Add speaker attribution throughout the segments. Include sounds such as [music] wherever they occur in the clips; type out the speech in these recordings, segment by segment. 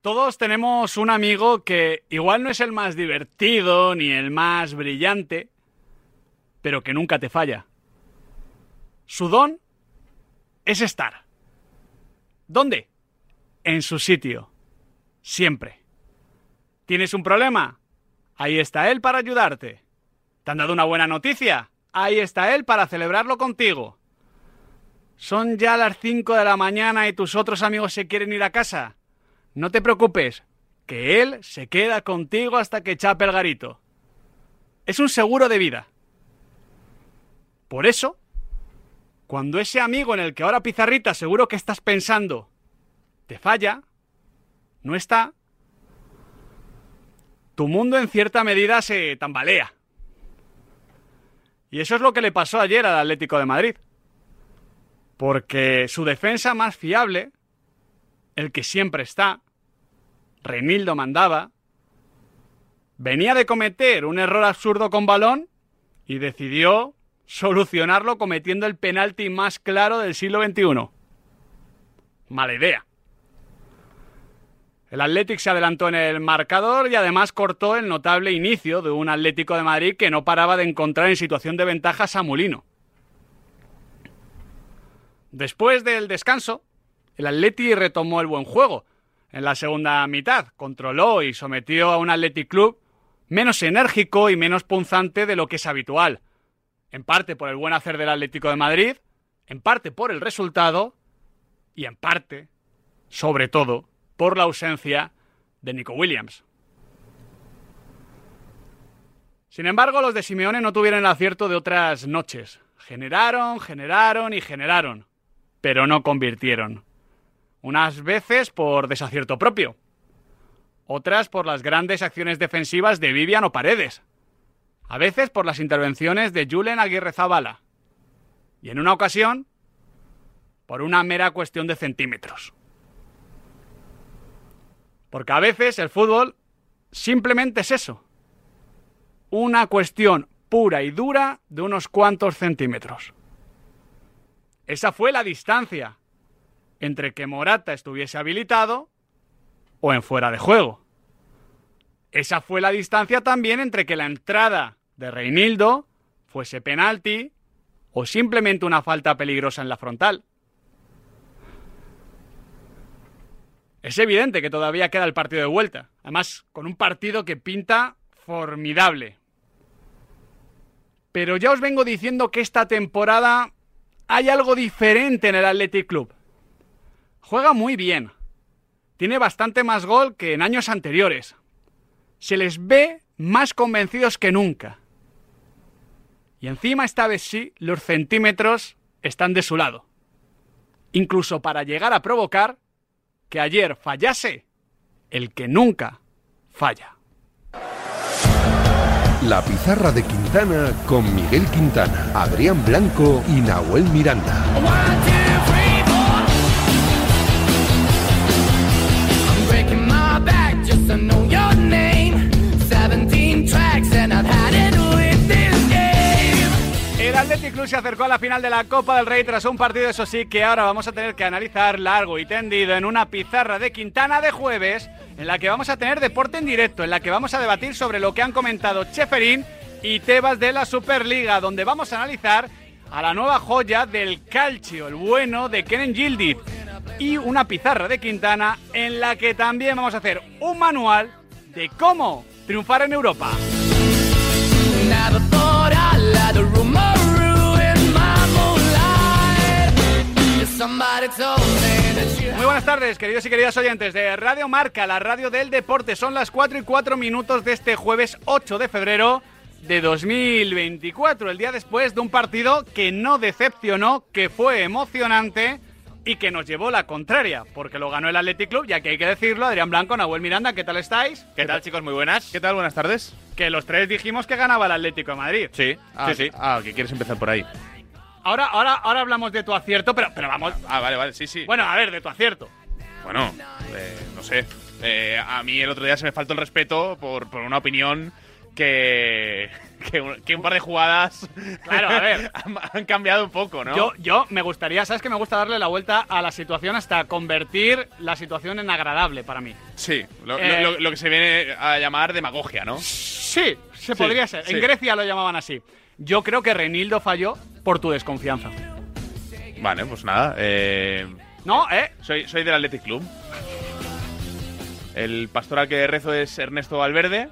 Speaker 1: Todos tenemos un amigo que igual no es el más divertido ni el más brillante, pero que nunca te falla. Su don es estar. ¿Dónde? En su sitio. Siempre. ¿Tienes un problema? Ahí está él para ayudarte. ¿Te han dado una buena noticia? Ahí está él para celebrarlo contigo. Son ya las 5 de la mañana y tus otros amigos se quieren ir a casa. No te preocupes, que él se queda contigo hasta que chape el garito. Es un seguro de vida. Por eso, cuando ese amigo en el que ahora pizarrita seguro que estás pensando te falla, no está, tu mundo en cierta medida se tambalea. Y eso es lo que le pasó ayer al Atlético de Madrid. Porque su defensa más fiable, el que siempre está, Renildo mandaba, venía de cometer un error absurdo con balón y decidió solucionarlo cometiendo el penalti más claro del siglo XXI. Mala idea. El Athletic se adelantó en el marcador y además cortó el notable inicio de un Atlético de Madrid que no paraba de encontrar en situación de ventaja a Samulino. Después del descanso, el Atleti retomó el buen juego. En la segunda mitad controló y sometió a un Athletic Club menos enérgico y menos punzante de lo que es habitual. En parte por el buen hacer del Atlético de Madrid, en parte por el resultado y en parte, sobre todo, por la ausencia de Nico Williams. Sin embargo, los de Simeone no tuvieron el acierto de otras noches. Generaron, generaron y generaron, pero no convirtieron. Unas veces por desacierto propio, otras por las grandes acciones defensivas de Vivian o Paredes, a veces por las intervenciones de Julen Aguirre Zabala, y en una ocasión por una mera cuestión de centímetros. Porque a veces el fútbol simplemente es eso. Una cuestión pura y dura de unos cuantos centímetros. Esa fue la distancia entre que Morata estuviese habilitado o en fuera de juego. Esa fue la distancia también entre que la entrada de Reinildo fuese penalti o simplemente una falta peligrosa en la frontal. Es evidente que todavía queda el partido de vuelta. Además, con un partido que pinta formidable. Pero ya os vengo diciendo que esta temporada hay algo diferente en el Athletic Club. Juega muy bien. Tiene bastante más gol que en años anteriores. Se les ve más convencidos que nunca. Y encima esta vez sí, los centímetros están de su lado. Incluso para llegar a provocar, que ayer fallase el que nunca falla.
Speaker 2: La pizarra de Quintana con Miguel Quintana, Adrián Blanco y Nahuel Miranda.
Speaker 1: El Athletic Club se acercó a la final de la Copa del Rey tras un partido, eso sí, que ahora vamos a tener que analizar largo y tendido en una pizarra de Quintana de jueves, en la que vamos a tener deporte en directo, en la que vamos a debatir sobre lo que han comentado Cheferín y Tebas de la Superliga, donde vamos a analizar a la nueva joya del calcio, el bueno de Kenen Gildiz, y una pizarra de Quintana en la que también vamos a hacer un manual de cómo triunfar en Europa. Muy buenas tardes, queridos y queridas oyentes de Radio Marca, la radio del deporte. Son las 4 y 4 minutos de este jueves 8 de febrero de 2024, el día después de un partido que no decepcionó, que fue emocionante y que nos llevó la contraria, porque lo ganó el Athletic Club, ya que hay que decirlo, Adrián Blanco, Nahuel Miranda, ¿qué tal estáis?
Speaker 3: ¿Qué tal, chicos? Muy buenas.
Speaker 4: ¿Qué tal? Buenas tardes.
Speaker 1: Que los tres dijimos que ganaba el Atlético de Madrid.
Speaker 3: Sí,
Speaker 4: Ah,
Speaker 3: sí, sí.
Speaker 4: Ah, que quieres empezar por ahí.
Speaker 1: Ahora, ahora, ahora hablamos de tu acierto, pero, pero vamos...
Speaker 3: Ah, vale, vale, sí, sí.
Speaker 1: Bueno, a ver, de tu acierto.
Speaker 3: Bueno, eh, no sé. Eh, a mí el otro día se me faltó el respeto por, por una opinión que, que, un, que un par de jugadas
Speaker 1: Claro, a ver.
Speaker 3: [laughs] han, han cambiado un poco, ¿no?
Speaker 1: Yo, yo me gustaría, ¿sabes que me gusta darle la vuelta a la situación hasta convertir la situación en agradable para mí?
Speaker 3: Sí, lo, lo-
Speaker 1: Eh.
Speaker 3: lo- lo que se viene a llamar demagogia, ¿no?
Speaker 1: Sí, se podría ser.
Speaker 3: sí.
Speaker 1: En Grecia lo llamaban así. Yo creo que Renildo falló por tu desconfianza.
Speaker 3: Vale, pues nada. eh,
Speaker 1: No, ¿eh?
Speaker 3: soy, soy del Athletic Club. El pastor al que rezo es Ernesto Valverde.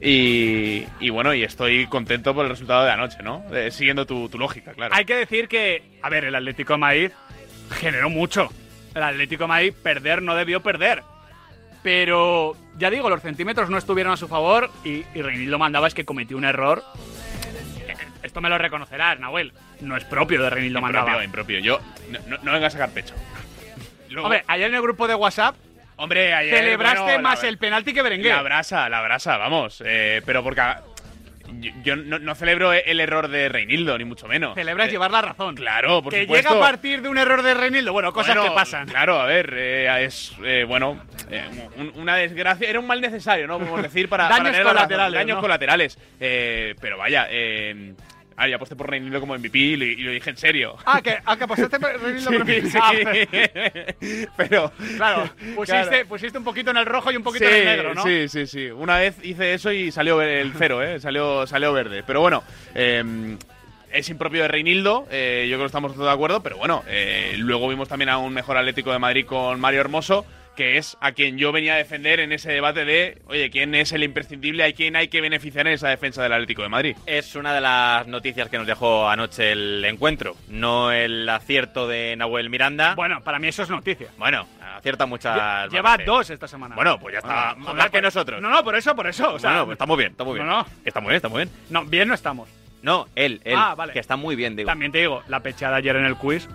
Speaker 3: Y, y bueno, y estoy contento por el resultado de anoche, ¿no? Eh, siguiendo tu, tu lógica, claro.
Speaker 1: Hay que decir que, a ver, el Atlético de Madrid generó mucho. El Atlético de Madrid perder no debió perder. Pero, ya digo, los centímetros no estuvieron a su favor y, y Reinildo mandaba es que cometió un error. Eh, Esto me lo reconocerás, Nahuel. No es propio de Reinildo mandaba.
Speaker 3: impropio, impropio. Yo no, no, no venga a sacar pecho. Luego-
Speaker 1: Hombre, ayer en el grupo de WhatsApp
Speaker 3: hombre, ayer,
Speaker 1: Eh, celebraste
Speaker 3: bueno, la
Speaker 1: más
Speaker 3: ver-
Speaker 1: el penalti que Berenguer.
Speaker 3: La brasa, la brasa, vamos. Eh, pero porque a- yo, yo no, no celebro el error de Reinildo, ni mucho menos.
Speaker 1: Celebras
Speaker 3: Eh,
Speaker 1: llevar la razón.
Speaker 3: Claro, por
Speaker 1: que
Speaker 3: supuesto.
Speaker 1: llega a partir de un error de Reinildo. Bueno, cosas
Speaker 3: Bueno,
Speaker 1: que pasan.
Speaker 3: Claro, a ver, eh, es, eh, bueno, eh, un- una desgracia, era un mal necesario, ¿no? Podemos decir, para, para
Speaker 1: Daños
Speaker 3: tener la razón.
Speaker 1: colaterales,
Speaker 3: Daños
Speaker 1: ¿no?
Speaker 3: colaterales. Eh, pero vaya, eh, a ver, ya aposté por Reinildo como MVP y lo, y lo dije en serio. [laughs]
Speaker 1: Ah, que, ah, que pasaste por [laughs] Reinildo Ah, por mí.
Speaker 3: Sí,
Speaker 1: Ah,
Speaker 3: sí. pero
Speaker 5: [laughs]
Speaker 1: Claro, pusiste,
Speaker 3: Claro.
Speaker 1: pusiste un poquito en el rojo y un poquito en el negro, ¿no?
Speaker 3: Sí, sí, sí. Una vez hice eso y salió el cero, ¿eh? salió, salió verde. Pero bueno, eh, es impropio de Reinildo, eh, yo creo que estamos todos de acuerdo, pero bueno, eh, luego vimos también a un mejor Atlético de Madrid con Mario Hermoso, que es a quien yo venía a defender en ese debate de, oye, ¿quién es el imprescindible? ¿A quién hay que beneficiar en esa defensa del Atlético de Madrid?
Speaker 5: Es una de las noticias que nos dejó anoche el encuentro. No el acierto de Nahuel Miranda.
Speaker 1: Bueno, para mí eso es noticia.
Speaker 5: Bueno, acierta muchas.
Speaker 1: Lleva
Speaker 5: veces.
Speaker 1: dos esta semana.
Speaker 5: Bueno, pues ya está.
Speaker 1: Bueno,
Speaker 5: más
Speaker 1: joder,
Speaker 5: que
Speaker 1: pues-
Speaker 5: nosotros.
Speaker 1: No, no, por eso, por eso. O sea,
Speaker 5: bueno, pues está muy bien, está muy bien.
Speaker 1: No, no.
Speaker 5: Está muy bien, está muy bien.
Speaker 1: no, bien no estamos.
Speaker 5: No, él, él.
Speaker 1: Ah, vale.
Speaker 5: Que está muy bien, digo.
Speaker 1: También te digo, la pecheada ayer en el quiz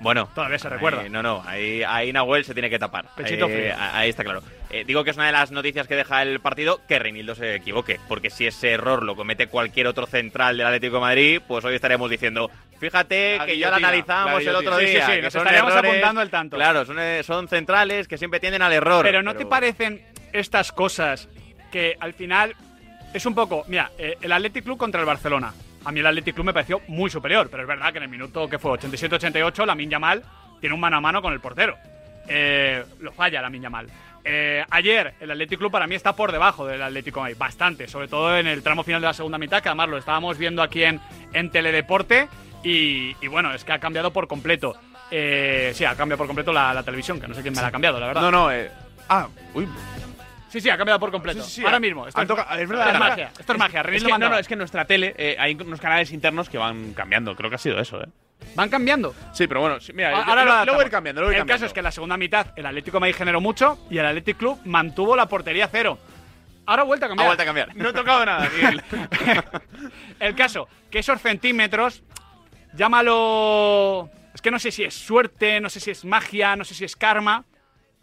Speaker 5: Bueno.
Speaker 1: todavía se recuerda.
Speaker 5: Ahí, no, no, ahí, ahí Nahuel se tiene que tapar.
Speaker 1: Pechito
Speaker 5: ahí,
Speaker 1: frío.
Speaker 5: a- ahí está claro. Eh, digo que es una de las noticias que deja el partido que Reinildo se equivoque, porque si ese error lo comete cualquier otro central del Atlético de Madrid, pues hoy estaremos diciendo, fíjate
Speaker 3: La
Speaker 5: que ya lo
Speaker 3: guillotina,
Speaker 5: analizamos
Speaker 3: la
Speaker 5: el otro
Speaker 3: guillotina.
Speaker 5: día.
Speaker 1: Sí, sí, sí,
Speaker 5: que
Speaker 1: nos
Speaker 5: son
Speaker 1: estaríamos
Speaker 5: errores-
Speaker 1: apuntando el tanto.
Speaker 5: Claro, son, eh, son centrales que siempre tienden al error.
Speaker 1: Pero ¿no te parecen estas cosas que al final es un poco, mira, eh, el Athletic Club contra el Barcelona. A mí el Athletic Club me pareció muy superior, pero es verdad que en el minuto que fue 87-88, la Minya Mal tiene un mano a mano con el portero. Eh, lo falla la Minya Mal. ayer el Athletic Club para mí está por debajo del Atlético de Madrid, bastante, sobre todo en el tramo final de la segunda mitad, que además lo estábamos viendo aquí en, en Teledeporte y, y bueno, es que ha cambiado por completo. Eh, sí, ha cambiado por completo la, la televisión, que no sé quién me la ha cambiado, la verdad.
Speaker 3: No, no, eh, ah, uy,
Speaker 1: Sí, sí, ha cambiado por completo.
Speaker 3: Sí, sí, sí.
Speaker 1: Ahora mismo. Esto
Speaker 3: Han
Speaker 1: es,
Speaker 3: toca- es verdad,
Speaker 1: esto es
Speaker 3: han toca-
Speaker 1: magia. Esto es magia. René
Speaker 3: Es
Speaker 1: lo
Speaker 3: que, no,
Speaker 1: mandaba.
Speaker 3: no, es que en nuestra tele eh, hay unos canales internos que van cambiando. Creo que ha sido eso, ¿eh?
Speaker 1: Van cambiando.
Speaker 3: Sí, pero bueno, sí, mira,
Speaker 1: Ahora
Speaker 3: lo, lo voy a
Speaker 1: adaptamos.
Speaker 3: ir cambiando. Lo voy a ir
Speaker 1: el
Speaker 3: cambiando.
Speaker 1: caso es que en la segunda mitad el Atlético de Madrid generó mucho y el Atlético Club mantuvo la portería cero. Ahora vuelta a
Speaker 5: Ha
Speaker 1: cambiar.
Speaker 5: vuelto a cambiar.
Speaker 3: No he tocado nada, [laughs] Miguel.
Speaker 1: El caso, que esos centímetros, llámalo. Es que no sé si es suerte, no sé si es magia, no sé si es karma.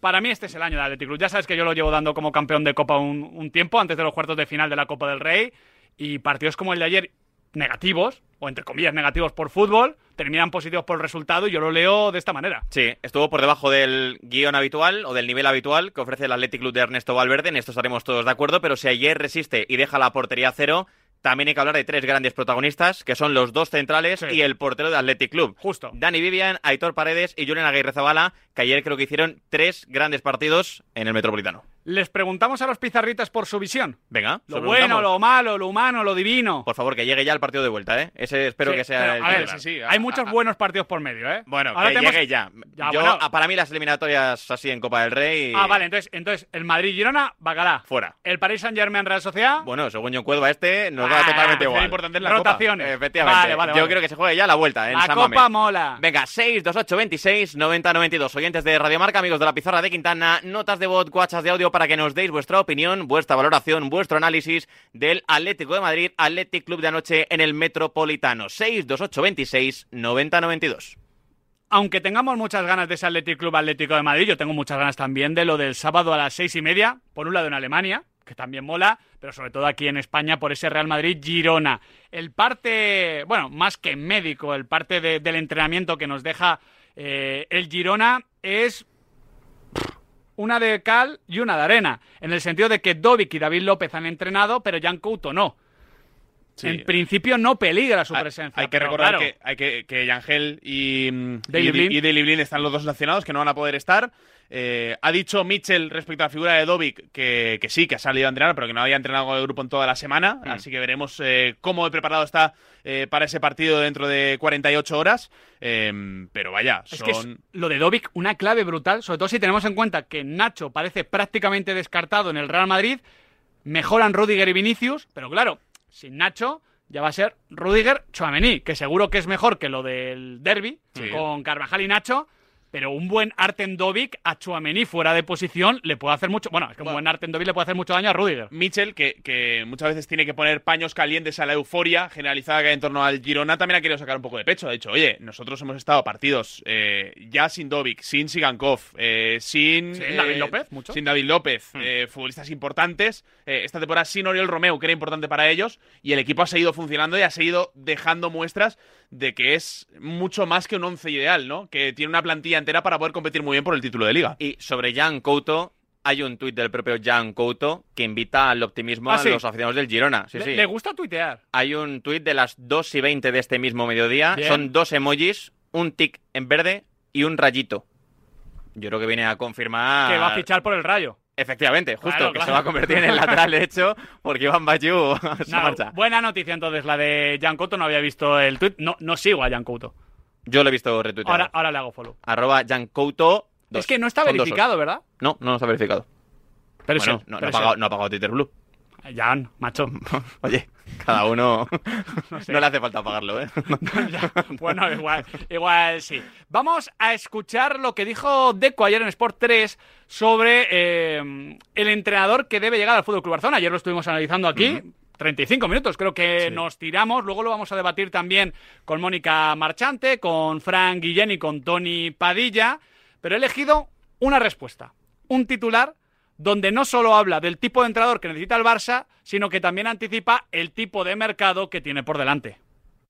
Speaker 1: Para mí este es el año del Athletic Club. Ya sabes que yo lo llevo dando como campeón de Copa un, un tiempo, antes de los cuartos de final de la Copa del Rey. Y partidos como el de ayer, negativos, o entre comillas negativos por fútbol, terminan positivos por el resultado y yo lo leo de esta manera.
Speaker 5: Sí, estuvo por debajo del guión habitual o del nivel habitual que ofrece el Athletic Club de Ernesto Valverde, en esto estaremos todos de acuerdo, pero si ayer resiste y deja la portería a cero, también hay que hablar de tres grandes protagonistas, que son los dos centrales
Speaker 1: Sí.
Speaker 5: y el portero de Athletic Club.
Speaker 1: Justo.
Speaker 5: Dani Vivian, Aitor Paredes y Julian Aguirre Zabala, que ayer creo que hicieron tres grandes partidos en el Metropolitano.
Speaker 1: Les preguntamos a los pizarritas por su visión.
Speaker 5: Venga, se
Speaker 1: Lo
Speaker 5: preguntamos.
Speaker 1: bueno, lo malo, lo humano, lo divino.
Speaker 5: Por favor, que llegue ya el partido de vuelta, ¿eh? Ese espero
Speaker 1: Sí,
Speaker 5: que sea
Speaker 1: pero,
Speaker 5: el
Speaker 1: a ver,
Speaker 5: titular.
Speaker 3: sí, sí, a-
Speaker 1: Hay
Speaker 3: a-
Speaker 1: muchos
Speaker 3: a-
Speaker 1: buenos partidos por medio, ¿eh?
Speaker 5: Bueno,
Speaker 1: Ahora
Speaker 5: que
Speaker 1: tenemos-
Speaker 5: llegue ya.
Speaker 1: Ya,
Speaker 5: Yo,
Speaker 1: bueno.
Speaker 5: a- Para mí las eliminatorias así en Copa del Rey...
Speaker 1: Ah, vale, entonces, entonces el Madrid-Girona, Bacalá.
Speaker 5: Fuera.
Speaker 1: El Paris Saint-Germain, Real Sociedad.
Speaker 5: Bueno, según John Cuelva este, nos
Speaker 1: Ah,
Speaker 5: da totalmente
Speaker 1: lo
Speaker 5: igual.
Speaker 3: importante es la
Speaker 1: rotaciones.
Speaker 5: Efectivamente.
Speaker 1: Vale, vale,
Speaker 5: Yo
Speaker 1: vale.
Speaker 5: creo que se juegue ya la vuelta ¿eh? en
Speaker 1: La
Speaker 5: San
Speaker 1: copa
Speaker 5: Mamés.
Speaker 1: mola.
Speaker 5: Venga, 628 26 90 92. Oyentes de Radio Marca, amigos de la pizarra de Quintana, notas de voz, guachas de audio para que nos deis vuestra opinión, vuestra valoración, vuestro análisis del Atlético de Madrid, Athletic Club de anoche en el Metropolitano. 628 26 90 92.
Speaker 1: Aunque tengamos muchas ganas de ese Athletic Club Atlético de Madrid, yo tengo muchas ganas también de lo del sábado a las seis y media, por un lado en Alemania, que también mola, pero sobre todo aquí en España por ese Real Madrid-Girona. El parte, bueno, más que médico, el parte de- del entrenamiento que nos deja eh, el Girona es una de cal y una de arena. En el sentido de que Dovic y David López han entrenado, pero Jan Couto no.
Speaker 3: Sí.
Speaker 1: En principio no peligra su
Speaker 3: Hay-
Speaker 1: presencia.
Speaker 3: Hay que
Speaker 1: pero
Speaker 3: recordar
Speaker 1: claro,
Speaker 3: que, hay que, que Yangel y, mm,
Speaker 1: Daily
Speaker 3: y-
Speaker 1: Blind.
Speaker 3: y Daily Blind están los dos sancionados, que no van a poder estar. Eh, ha dicho Mitchell respecto a la figura de Dovic que, que sí, que ha salido a entrenar, pero que no había entrenado con el grupo en toda la semana.
Speaker 1: Mm.
Speaker 3: Así que veremos eh, cómo de preparado está eh, para ese partido dentro de 48 horas. Eh, pero vaya,
Speaker 1: Es
Speaker 3: son...
Speaker 1: que es lo de Dovic una clave brutal, sobre todo si tenemos en cuenta que Nacho parece prácticamente descartado en el Real Madrid, mejoran Rudiger y Vinicius, pero claro, sin Nacho ya va a ser Rudiger Chouameni, que seguro que es mejor que lo del derby
Speaker 3: Sí.
Speaker 1: con Carvajal y Nacho. Pero un buen Arten Dovic a Chuamení fuera de posición le puede hacer mucho. Bueno, es que un
Speaker 3: Bueno.
Speaker 1: buen Arten Dovic le puede hacer mucho daño a Rudiger.
Speaker 3: Mitchell, que, que muchas veces tiene que poner paños calientes a la euforia generalizada que hay en torno al Girona, también ha querido sacar un poco de pecho. Ha dicho, oye, nosotros hemos estado a partidos eh, ya sin Dovic, sin Sigankov, eh, sin.
Speaker 1: Sí, David
Speaker 3: eh,
Speaker 1: López, mucho. Hmm.
Speaker 3: Sin David López, eh, futbolistas importantes. eh, esta temporada sin Oriol Romeu, que era importante para ellos. Y el equipo ha seguido funcionando y ha seguido dejando muestras de que es mucho más que un once ideal, ¿no? Que tiene una plantilla entera para poder competir muy bien por el título de liga.
Speaker 5: Y sobre Jan Couto, hay un tuit del propio Jan Couto que invita al optimismo
Speaker 1: Ah,
Speaker 5: a
Speaker 1: sí.
Speaker 5: los aficionados del Girona. Sí,
Speaker 1: le,
Speaker 5: sí.
Speaker 1: le gusta tuitear.
Speaker 5: Hay un tuit de las 2 y 20 de este mismo mediodía.
Speaker 1: Bien.
Speaker 5: Son dos emojis, un tic en verde y un rayito. Yo creo que viene a confirmar.
Speaker 1: Que va a fichar por el rayo.
Speaker 5: Ah, Efectivamente, justo,
Speaker 1: Claro,
Speaker 5: que
Speaker 1: claro.
Speaker 5: se va a convertir en el
Speaker 1: [laughs]
Speaker 5: lateral derecho porque Iván Bayou se
Speaker 1: Nada,
Speaker 5: marcha.
Speaker 1: Buena noticia entonces la de Jan Couto. No había visto el tuit. No, no sigo a Jan Couto.
Speaker 5: [laughs] Yo lo he visto retuiteado.
Speaker 1: Ahora, ahora le hago follow.
Speaker 5: Arroba Jan Couto. dos.
Speaker 1: Es que no está
Speaker 5: Son
Speaker 1: verificado, ¿verdad?
Speaker 5: dosos. No, no está verificado.
Speaker 1: Pero
Speaker 5: Bueno,
Speaker 1: sí,
Speaker 5: no, no
Speaker 1: pero
Speaker 5: ha pagado,
Speaker 1: sí.
Speaker 5: no ha pagado Twitter Blue.
Speaker 1: Jan, macho.
Speaker 5: [laughs] Oye, cada
Speaker 1: [laughs]
Speaker 5: uno no,
Speaker 1: sé.
Speaker 5: le hace falta pagarlo, ¿eh?
Speaker 1: [laughs] Ya, bueno, igual, igual sí. Vamos a escuchar lo que dijo Deco ayer en Sport 3 sobre eh, el entrenador que debe llegar al Fútbol Club Barcelona. Ayer lo estuvimos analizando aquí. 35 minutos, creo que nos tiramos. Luego lo vamos a debatir también con Mónica Marchante, con Frank Guillén y con Tony Padilla. Pero he elegido una respuesta, un titular donde no solo habla del tipo de entrenador que necesita el Barça, sino que también anticipa el tipo de mercado que tiene por delante.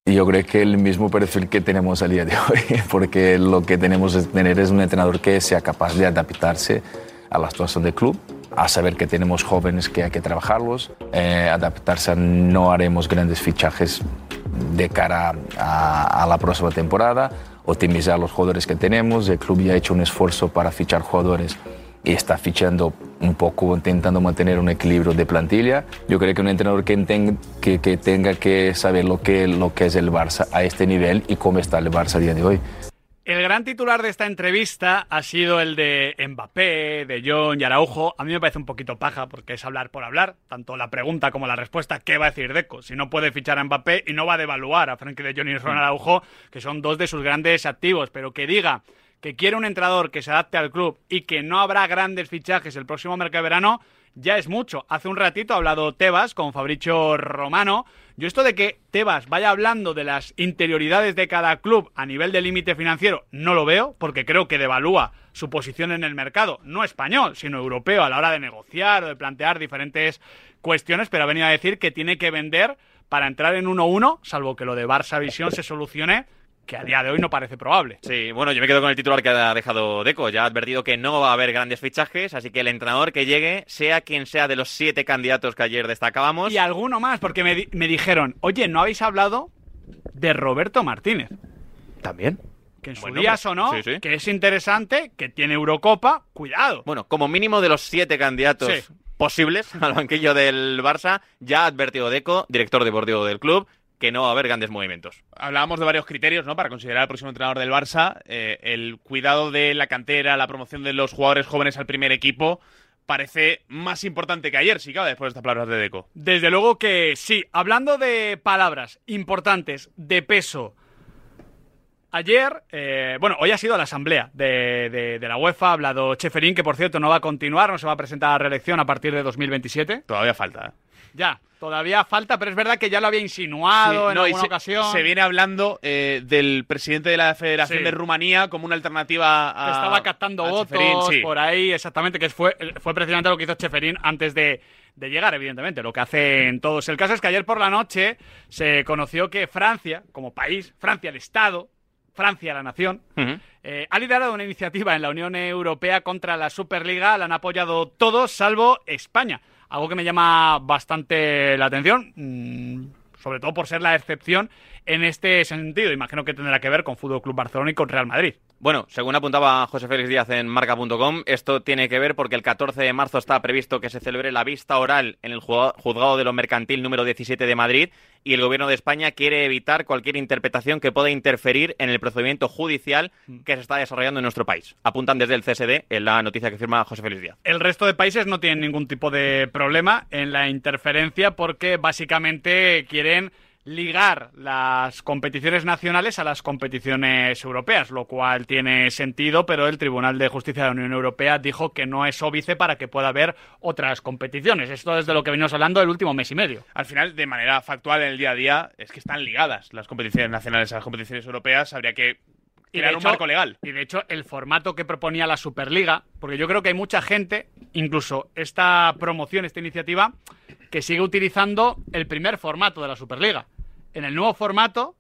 Speaker 6: Y Yo creo que el mismo perfil que tenemos al día de [laughs] hoy, porque lo que tenemos que tener es un entrenador que sea capaz de adaptarse a la situación del club, a saber que tenemos jóvenes que hay que trabajarlos, eh, adaptarse, a- no haremos grandes fichajes de cara a, a la próxima temporada, optimizar los jugadores que tenemos, el club ya ha hecho un esfuerzo para fichar jugadores y está fichando un poco, intentando mantener un equilibrio de plantilla. Yo creo que un entrenador que, enten- que, que tenga que saber lo que, lo que es el Barça a este nivel y cómo está el Barça a día de hoy.
Speaker 1: El gran titular de esta entrevista ha sido el de Mbappé, de John y Araujo. A mí me parece un poquito paja porque es hablar por hablar, tanto la pregunta como la respuesta. ¿Qué va a decir Deco? Si no puede fichar a Mbappé y no va a devaluar a Frankie de John y Ron Araujo, que son dos de sus grandes activos, pero que diga que quiere un entrenador que se adapte al club y que no habrá grandes fichajes el próximo mercado de verano, ya es mucho. Hace un ratito ha hablado Tebas con Fabricio Romano. Yo esto de que Tebas vaya hablando de las interioridades de cada club a nivel de límite financiero no lo veo porque creo que devalúa su posición en el mercado, no español, sino europeo a la hora de negociar o de plantear diferentes cuestiones, pero ha venido a decir que tiene que vender para entrar en 1-1, salvo que lo de Barça Visión se solucione, que a día de hoy no parece probable.
Speaker 5: Sí, bueno, yo me quedo con el titular que ha dejado Deco. Ya ha advertido que no va a haber grandes fichajes, así que el entrenador que llegue, sea quien sea de los siete candidatos que ayer destacábamos,
Speaker 1: Y alguno más, porque me, di- me dijeron, oye, ¿no habéis hablado de Roberto Martínez?
Speaker 5: también.
Speaker 1: Que en su
Speaker 5: Bueno,
Speaker 1: día
Speaker 5: pues,
Speaker 1: sonó,
Speaker 5: sí, sí.
Speaker 1: que es interesante, que tiene Eurocopa, cuidado.
Speaker 5: Bueno, como mínimo de los siete candidatos
Speaker 1: Sí.
Speaker 5: posibles [laughs] al banquillo del Barça, ya ha advertido Deco, director deportivo del club, que no va a haber grandes movimientos.
Speaker 3: Hablábamos de varios criterios, ¿no? Para considerar al próximo entrenador del Barça, eh, el cuidado de la cantera, la promoción de los jugadores jóvenes al primer equipo, parece más importante que ayer, si cabe, después de estas palabras de Deco.
Speaker 1: Desde luego que sí. Hablando de palabras importantes, de peso. Ayer, eh, bueno, hoy ha sido la asamblea de, de- de la UEFA, ha hablado Cheferín, que por cierto no va a continuar, no se va a presentar a la reelección a partir de 2027.
Speaker 3: Todavía falta. ¿eh?
Speaker 1: Ya, todavía falta, pero es verdad que ya lo había insinuado
Speaker 3: Sí,
Speaker 1: en Ah,
Speaker 3: no, y
Speaker 1: alguna
Speaker 3: se,
Speaker 1: ocasión.
Speaker 3: se viene hablando eh, del presidente de la Federación
Speaker 1: Sí.
Speaker 3: de Rumanía como una alternativa a.
Speaker 1: que estaba captando
Speaker 3: a
Speaker 1: votos
Speaker 3: Ceferín, sí.
Speaker 1: por ahí, exactamente, que fue, fue precisamente lo que hizo Cheferín antes de, de llegar, evidentemente, lo que hacen todos. El caso es que ayer por la noche se conoció que Francia, como país, Francia, el Estado, Francia, la nación,
Speaker 5: Ujú.
Speaker 1: eh, ha liderado una iniciativa en la Unión Europea contra la Superliga. La han apoyado todos, salvo España. Algo que me llama bastante la atención, mm, sobre todo por ser la excepción en este sentido. Imagino que tendrá que ver con Fútbol Club Barcelona y con Real Madrid.
Speaker 5: Bueno, según apuntaba José Félix Díaz en marca.com, esto tiene que ver porque el 14 de marzo está previsto que se celebre la vista oral en el juzga- juzgado de lo mercantil número 17 de Madrid y el gobierno de España quiere evitar cualquier interpretación que pueda interferir en el procedimiento judicial
Speaker 1: Mm.
Speaker 5: que se está desarrollando en nuestro país. Apuntan desde el CSD en la noticia que firma José Félix Díaz.
Speaker 1: El resto de países no tienen ningún tipo de problema en la interferencia porque básicamente quieren ligar las competiciones nacionales a las competiciones europeas, lo cual tiene sentido, pero el Tribunal de Justicia de la Unión Europea dijo que no es óbice para que pueda haber otras competiciones. Esto es de lo que venimos hablando el último mes y medio.
Speaker 3: Al final, de manera factual en el día a día, es que están ligadas las competiciones nacionales a las competiciones europeas. Habría que
Speaker 1: Y de
Speaker 3: crear un
Speaker 1: hecho-
Speaker 3: marco legal.
Speaker 1: Y de hecho, el formato que proponía la Superliga, porque yo creo que hay mucha gente, incluso esta promoción, esta iniciativa, que sigue utilizando el primer formato de la Superliga. En el nuevo formato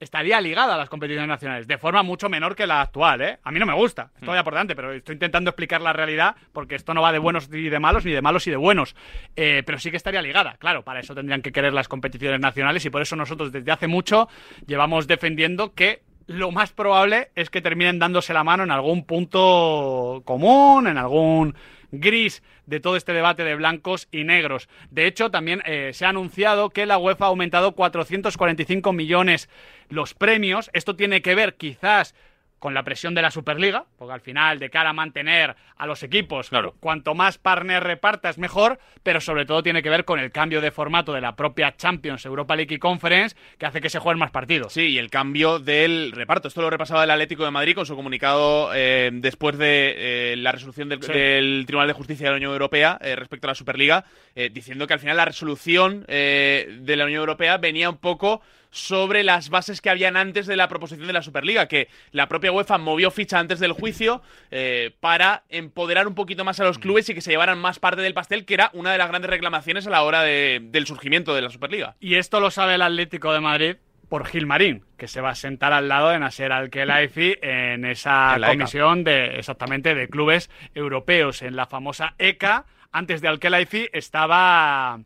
Speaker 1: estaría ligada a las competiciones nacionales, de forma mucho menor que la actual, ¿eh? A mí no me gusta,
Speaker 3: Mm.
Speaker 1: estoy aportante, pero estoy intentando explicar la realidad porque esto no va de buenos ni de malos, ni de malos y de buenos. Eh, pero sí que estaría ligada, claro, para eso tendrían que querer las competiciones nacionales y por eso nosotros desde hace mucho llevamos defendiendo que lo más probable es que terminen dándose la mano en algún punto común, en algún gris de todo este debate de blancos y negros. De hecho, también eh, se ha anunciado que la UEFA ha aumentado 445 millones los premios. Esto tiene que ver quizás con la presión de la Superliga, porque al final, de cara a mantener a los equipos,
Speaker 5: Claro.
Speaker 1: cu- cuanto más partner repartas, mejor, pero sobre todo tiene que ver con el cambio de formato de la propia Champions, Europa League y Conference, que hace que se jueguen más partidos.
Speaker 3: Sí, y el cambio del reparto. Esto lo repasaba el Atlético de Madrid con su comunicado eh, después de eh, la resolución del,
Speaker 1: Sí.
Speaker 3: del Tribunal de Justicia de la Unión Europea eh, respecto a la Superliga, eh, diciendo que al final la resolución eh, de la Unión Europea venía un poco sobre las bases que habían antes de la proposición de la Superliga, que la propia UEFA movió ficha antes del juicio eh, para empoderar un poquito más a los clubes y que se llevaran más parte del pastel, que era una de las grandes reclamaciones a la hora de- del surgimiento de la Superliga.
Speaker 1: Y esto lo sabe el Atlético de Madrid por Gilmarín, que se va a sentar al lado de Nasser Al-Khelaifi en esa
Speaker 3: En la ECA.
Speaker 1: comisión de exactamente de clubes europeos en la famosa ECA. Antes de Al-Khelaifi estaba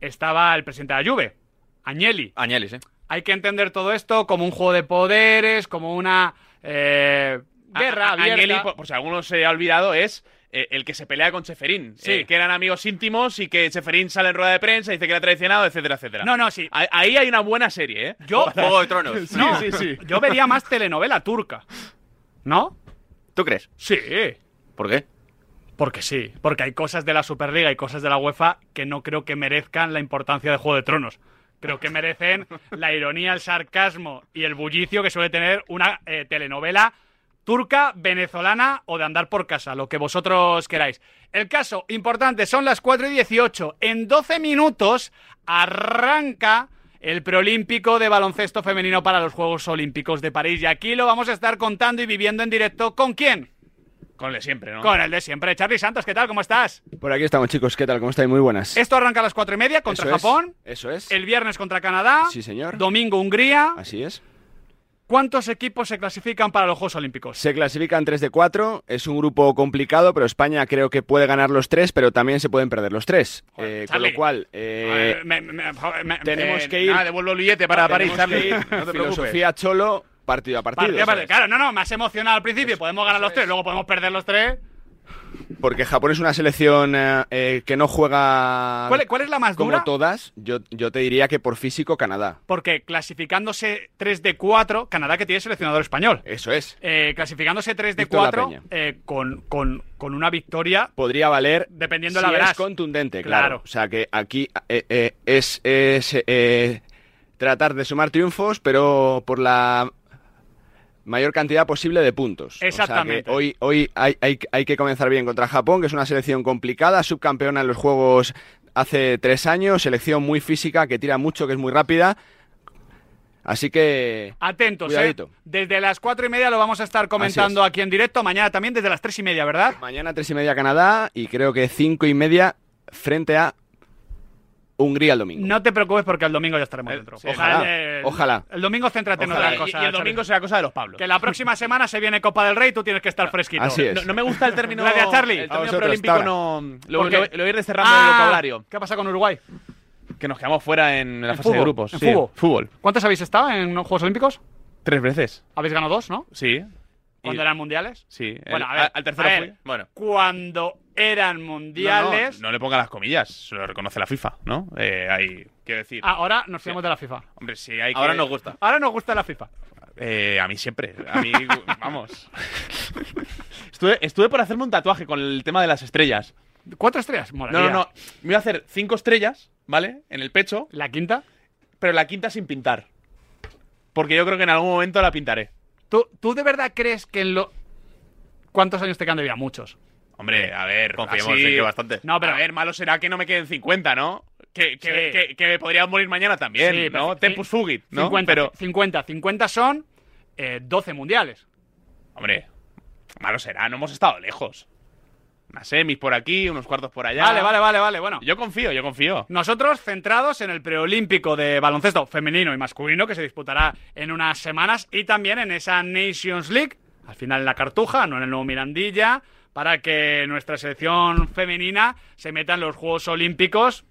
Speaker 1: estaba el presidente de la Juve, Agnelli.
Speaker 5: Añelis, ¿eh?
Speaker 1: Hay que entender todo esto como un juego de poderes, como una eh, guerra
Speaker 3: A- a-
Speaker 1: abierta.
Speaker 3: Agnelli, por, por si alguno se ha olvidado, es eh, el que se pelea con Cheferín.
Speaker 1: Sí.
Speaker 3: eh, que eran amigos íntimos y que Cheferín sale en rueda de prensa, dice que era traicionado, etcétera, etcétera.
Speaker 1: No, no, sí.
Speaker 3: A- Ahí hay una buena serie, ¿eh? [laughs]
Speaker 1: Yo,
Speaker 5: Juego de
Speaker 1: [laughs]
Speaker 5: Tronos.
Speaker 3: Sí,
Speaker 1: no,
Speaker 3: sí, sí.
Speaker 1: yo vería más telenovela turca. ¿No?
Speaker 5: ¿Tú crees?
Speaker 1: Sí.
Speaker 5: ¿Por qué?
Speaker 1: Porque sí, porque hay cosas de la Superliga y cosas de la UEFA que no creo que merezcan la importancia de Juego de Tronos. Creo que merecen la ironía, el sarcasmo y el bullicio que suele tener una eh, telenovela turca, venezolana o de andar por casa, lo que vosotros queráis. El caso importante son las 4 y 18. En 12 minutos arranca el preolímpico de baloncesto femenino para los Juegos Olímpicos de París. Y aquí lo vamos a estar contando y viviendo en directo. ¿Con quién?
Speaker 3: Con le siempre, ¿no?
Speaker 1: Con el de siempre, Charlie Santos, ¿qué tal? ¿Cómo estás?
Speaker 7: Por aquí estamos, chicos. ¿Qué tal? ¿Cómo estáis? Muy buenas.
Speaker 1: Esto arranca a las cuatro y media contra
Speaker 7: Eso es,
Speaker 1: Japón,
Speaker 7: Eso es.
Speaker 1: el viernes contra Canadá,
Speaker 7: Sí, señor.
Speaker 1: domingo Hungría.
Speaker 7: Así es.
Speaker 1: ¿Cuántos equipos se clasifican para los Juegos Olímpicos?
Speaker 7: Se clasifican 3 de 4. Es un grupo complicado, pero España creo que puede ganar los tres, pero también se pueden perder los tres.
Speaker 1: Joder,
Speaker 7: Eh, con
Speaker 1: Charlie.
Speaker 7: lo cual,
Speaker 1: A
Speaker 7: eh,
Speaker 1: ver, me- me- joder, me-
Speaker 7: tenemos
Speaker 1: eh,
Speaker 7: que ir-
Speaker 3: Nada, devuelvo el billete para París,
Speaker 7: tenemos
Speaker 3: Charlie.
Speaker 7: que ir
Speaker 3: No te preocupes.
Speaker 7: filosofía cholo, partido a partido.
Speaker 1: Vale, vale,
Speaker 7: ¿sabes?
Speaker 1: claro, no, no, me has emocionado al principio. podemos ganar los tres, luego podemos perder los tres.
Speaker 7: Porque Japón es una selección eh, eh, que no juega
Speaker 1: ¿Cuál, cuál es la más
Speaker 7: como
Speaker 1: dura?
Speaker 7: todas. Yo, yo te diría que por físico, Canadá.
Speaker 1: Porque clasificándose 3 de 4, Canadá que tiene seleccionador español.
Speaker 7: Eso es.
Speaker 1: Eh, clasificándose 3 de
Speaker 7: Víctor La
Speaker 1: 4
Speaker 7: Peña.
Speaker 1: eh, con, con, con una victoria,
Speaker 7: Podría valer
Speaker 1: dependiendo de
Speaker 7: si
Speaker 1: la
Speaker 7: es
Speaker 1: verás.
Speaker 7: contundente,
Speaker 1: Claro.
Speaker 7: claro. O sea que aquí eh, eh, es, es, eh, tratar de sumar triunfos, pero por la mayor cantidad posible de puntos. O sea que
Speaker 1: Exactamente.
Speaker 7: hoy hoy hay, hay- hay que comenzar bien contra Japón, que es una selección complicada, subcampeona en los Juegos hace tres años, selección muy física, que tira mucho, que es muy rápida. Así que...
Speaker 1: Atentos, ¿eh?
Speaker 7: Cuidadito.
Speaker 1: Desde las cuatro y media lo vamos a estar comentando aquí en directo. Mañana también desde las tres y media, ¿verdad?
Speaker 7: Mañana tres y media Canadá y creo que cinco y media frente a Hungría el domingo.
Speaker 1: No te preocupes porque el domingo ya estaremos
Speaker 3: El-
Speaker 1: dentro.
Speaker 3: Eh, sí,
Speaker 7: ojalá,
Speaker 1: el-
Speaker 7: ojalá.
Speaker 1: El domingo céntrate en
Speaker 3: Ojalá.
Speaker 1: otra
Speaker 3: Y-
Speaker 1: cosa.
Speaker 3: y, el domingo
Speaker 1: Xavi.
Speaker 3: será cosa de los Pablos.
Speaker 1: Que la próxima semana se viene Copa del Rey, tú tienes que estar
Speaker 3: Ah,
Speaker 1: fresquito.
Speaker 7: Así es.
Speaker 3: No, no me gusta el término.
Speaker 1: Gracias, Charlie.
Speaker 3: El
Speaker 7: A
Speaker 3: término
Speaker 7: vosotros,
Speaker 3: preolímpico
Speaker 7: hasta
Speaker 3: no. Lo,
Speaker 1: ¿Por qué?
Speaker 3: lo- lo voy a ir desterrando del
Speaker 1: Ah,
Speaker 3: vocabulario.
Speaker 1: ¿Qué ha pasado con Uruguay?
Speaker 3: Que nos quedamos fuera en la fase
Speaker 1: fútbol?
Speaker 3: de grupos.
Speaker 1: ¿En
Speaker 3: sí.
Speaker 1: fútbol?
Speaker 3: Fútbol.
Speaker 1: ¿Cuántas habéis estado en los Juegos Olímpicos?
Speaker 3: Tres veces.
Speaker 1: Habéis ganado dos, ¿no?
Speaker 3: Sí.
Speaker 1: Cuando
Speaker 3: Y-
Speaker 1: eran mundiales.
Speaker 3: Sí.
Speaker 1: Bueno,
Speaker 3: El-
Speaker 1: a ver,
Speaker 3: al tercero
Speaker 1: a ver,
Speaker 3: fui.
Speaker 5: Bueno,
Speaker 1: Cuando eran
Speaker 3: No, no,
Speaker 1: mundiales.
Speaker 3: no le ponga las comillas, se lo reconoce la FIFA, ¿no? Eh, ahí, quiero decir.
Speaker 1: Ah, Ahora nos fiamos de la FIFA.
Speaker 3: Hombre, si hay
Speaker 5: ahora
Speaker 3: que-
Speaker 5: nos gusta.
Speaker 1: Ahora nos gusta la FIFA.
Speaker 3: Eh, a mí siempre. A mí, [laughs] vamos. Estuve, estuve por hacerme un tatuaje con el tema de las estrellas.
Speaker 1: ¿Cuatro estrellas? Mola.
Speaker 3: No, no, no. Me iba a hacer cinco estrellas, ¿vale? En el pecho,
Speaker 1: ¿La quinta?
Speaker 3: pero la quinta sin pintar. Porque yo creo que en algún momento la pintaré.
Speaker 1: ¿Tú, tú de verdad crees que en lo. ¿Cuántos años te quedan de vida? Muchos.
Speaker 3: Hombre, a ver,
Speaker 5: Confiemos
Speaker 3: así-
Speaker 5: en que bastante.
Speaker 1: No, pero-
Speaker 3: a ver, malo será que no me queden 50, ¿no? Que, que,
Speaker 1: Sí.
Speaker 3: que- que me podría morir mañana también,
Speaker 1: Sí,
Speaker 3: ¿no?
Speaker 1: pero-
Speaker 3: Tempus fugit, ¿no?
Speaker 1: 50,
Speaker 3: Pero,
Speaker 1: 50, 50 son eh, 12 mundiales.
Speaker 3: hombre, malo será, no hemos estado lejos. Unas semis por aquí, unos cuartos por allá.
Speaker 1: Vale, vale, vale, vale. Bueno,
Speaker 3: Yo confío, yo confío.
Speaker 1: nosotros centrados en el preolímpico de baloncesto femenino y masculino que se disputará en unas semanas y también en esa Nations League, al final en la Cartuja, no en el nuevo Mirandilla, para que nuestra selección femenina se meta en los Juegos Olímpicos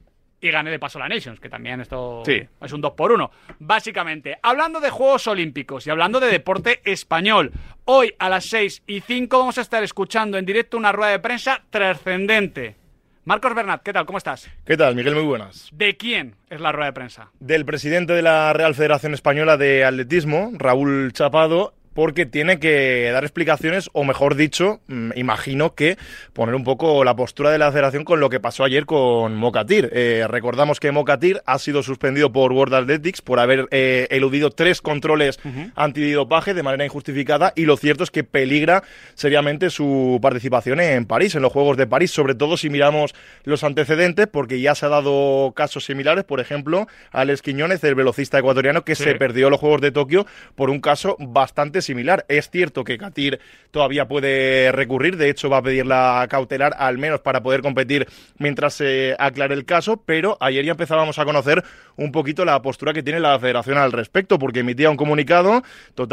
Speaker 1: y gane de paso la Nations, que también esto
Speaker 3: Sí.
Speaker 1: es un 2 por 1 Básicamente, hablando de Juegos Olímpicos y hablando de deporte español, hoy a las 6 y 5 vamos a estar escuchando en directo una rueda de prensa trascendente. Marcos Bernat, ¿qué tal? ¿Cómo estás?
Speaker 8: ¿Qué tal, Miguel? Muy buenas.
Speaker 1: ¿De quién es la rueda de prensa?
Speaker 8: Del presidente de la Real Federación Española de Atletismo, Raúl Chapado, porque tiene que dar explicaciones, o mejor dicho, mm, imagino que poner un poco la postura de la federación con lo que pasó ayer con Mocatir. Eh, recordamos que Mocatir ha sido suspendido por World Athletics por haber eh, eludido tres controles antidopaje de manera injustificada y lo cierto es que peligra seriamente su participación en París, en los Juegos de París, sobre todo si miramos los antecedentes, porque ya se ha dado casos similares, por ejemplo, Alex Quiñones, el velocista ecuatoriano, que se perdió los Juegos de Tokio por un caso bastante similar. Es cierto que Katir todavía puede recurrir, de hecho va a pedir la cautelar al menos para poder competir mientras se aclare el caso, pero ayer ya empezábamos a conocer un poquito la postura que tiene la federación al respecto, porque emitía un comunicado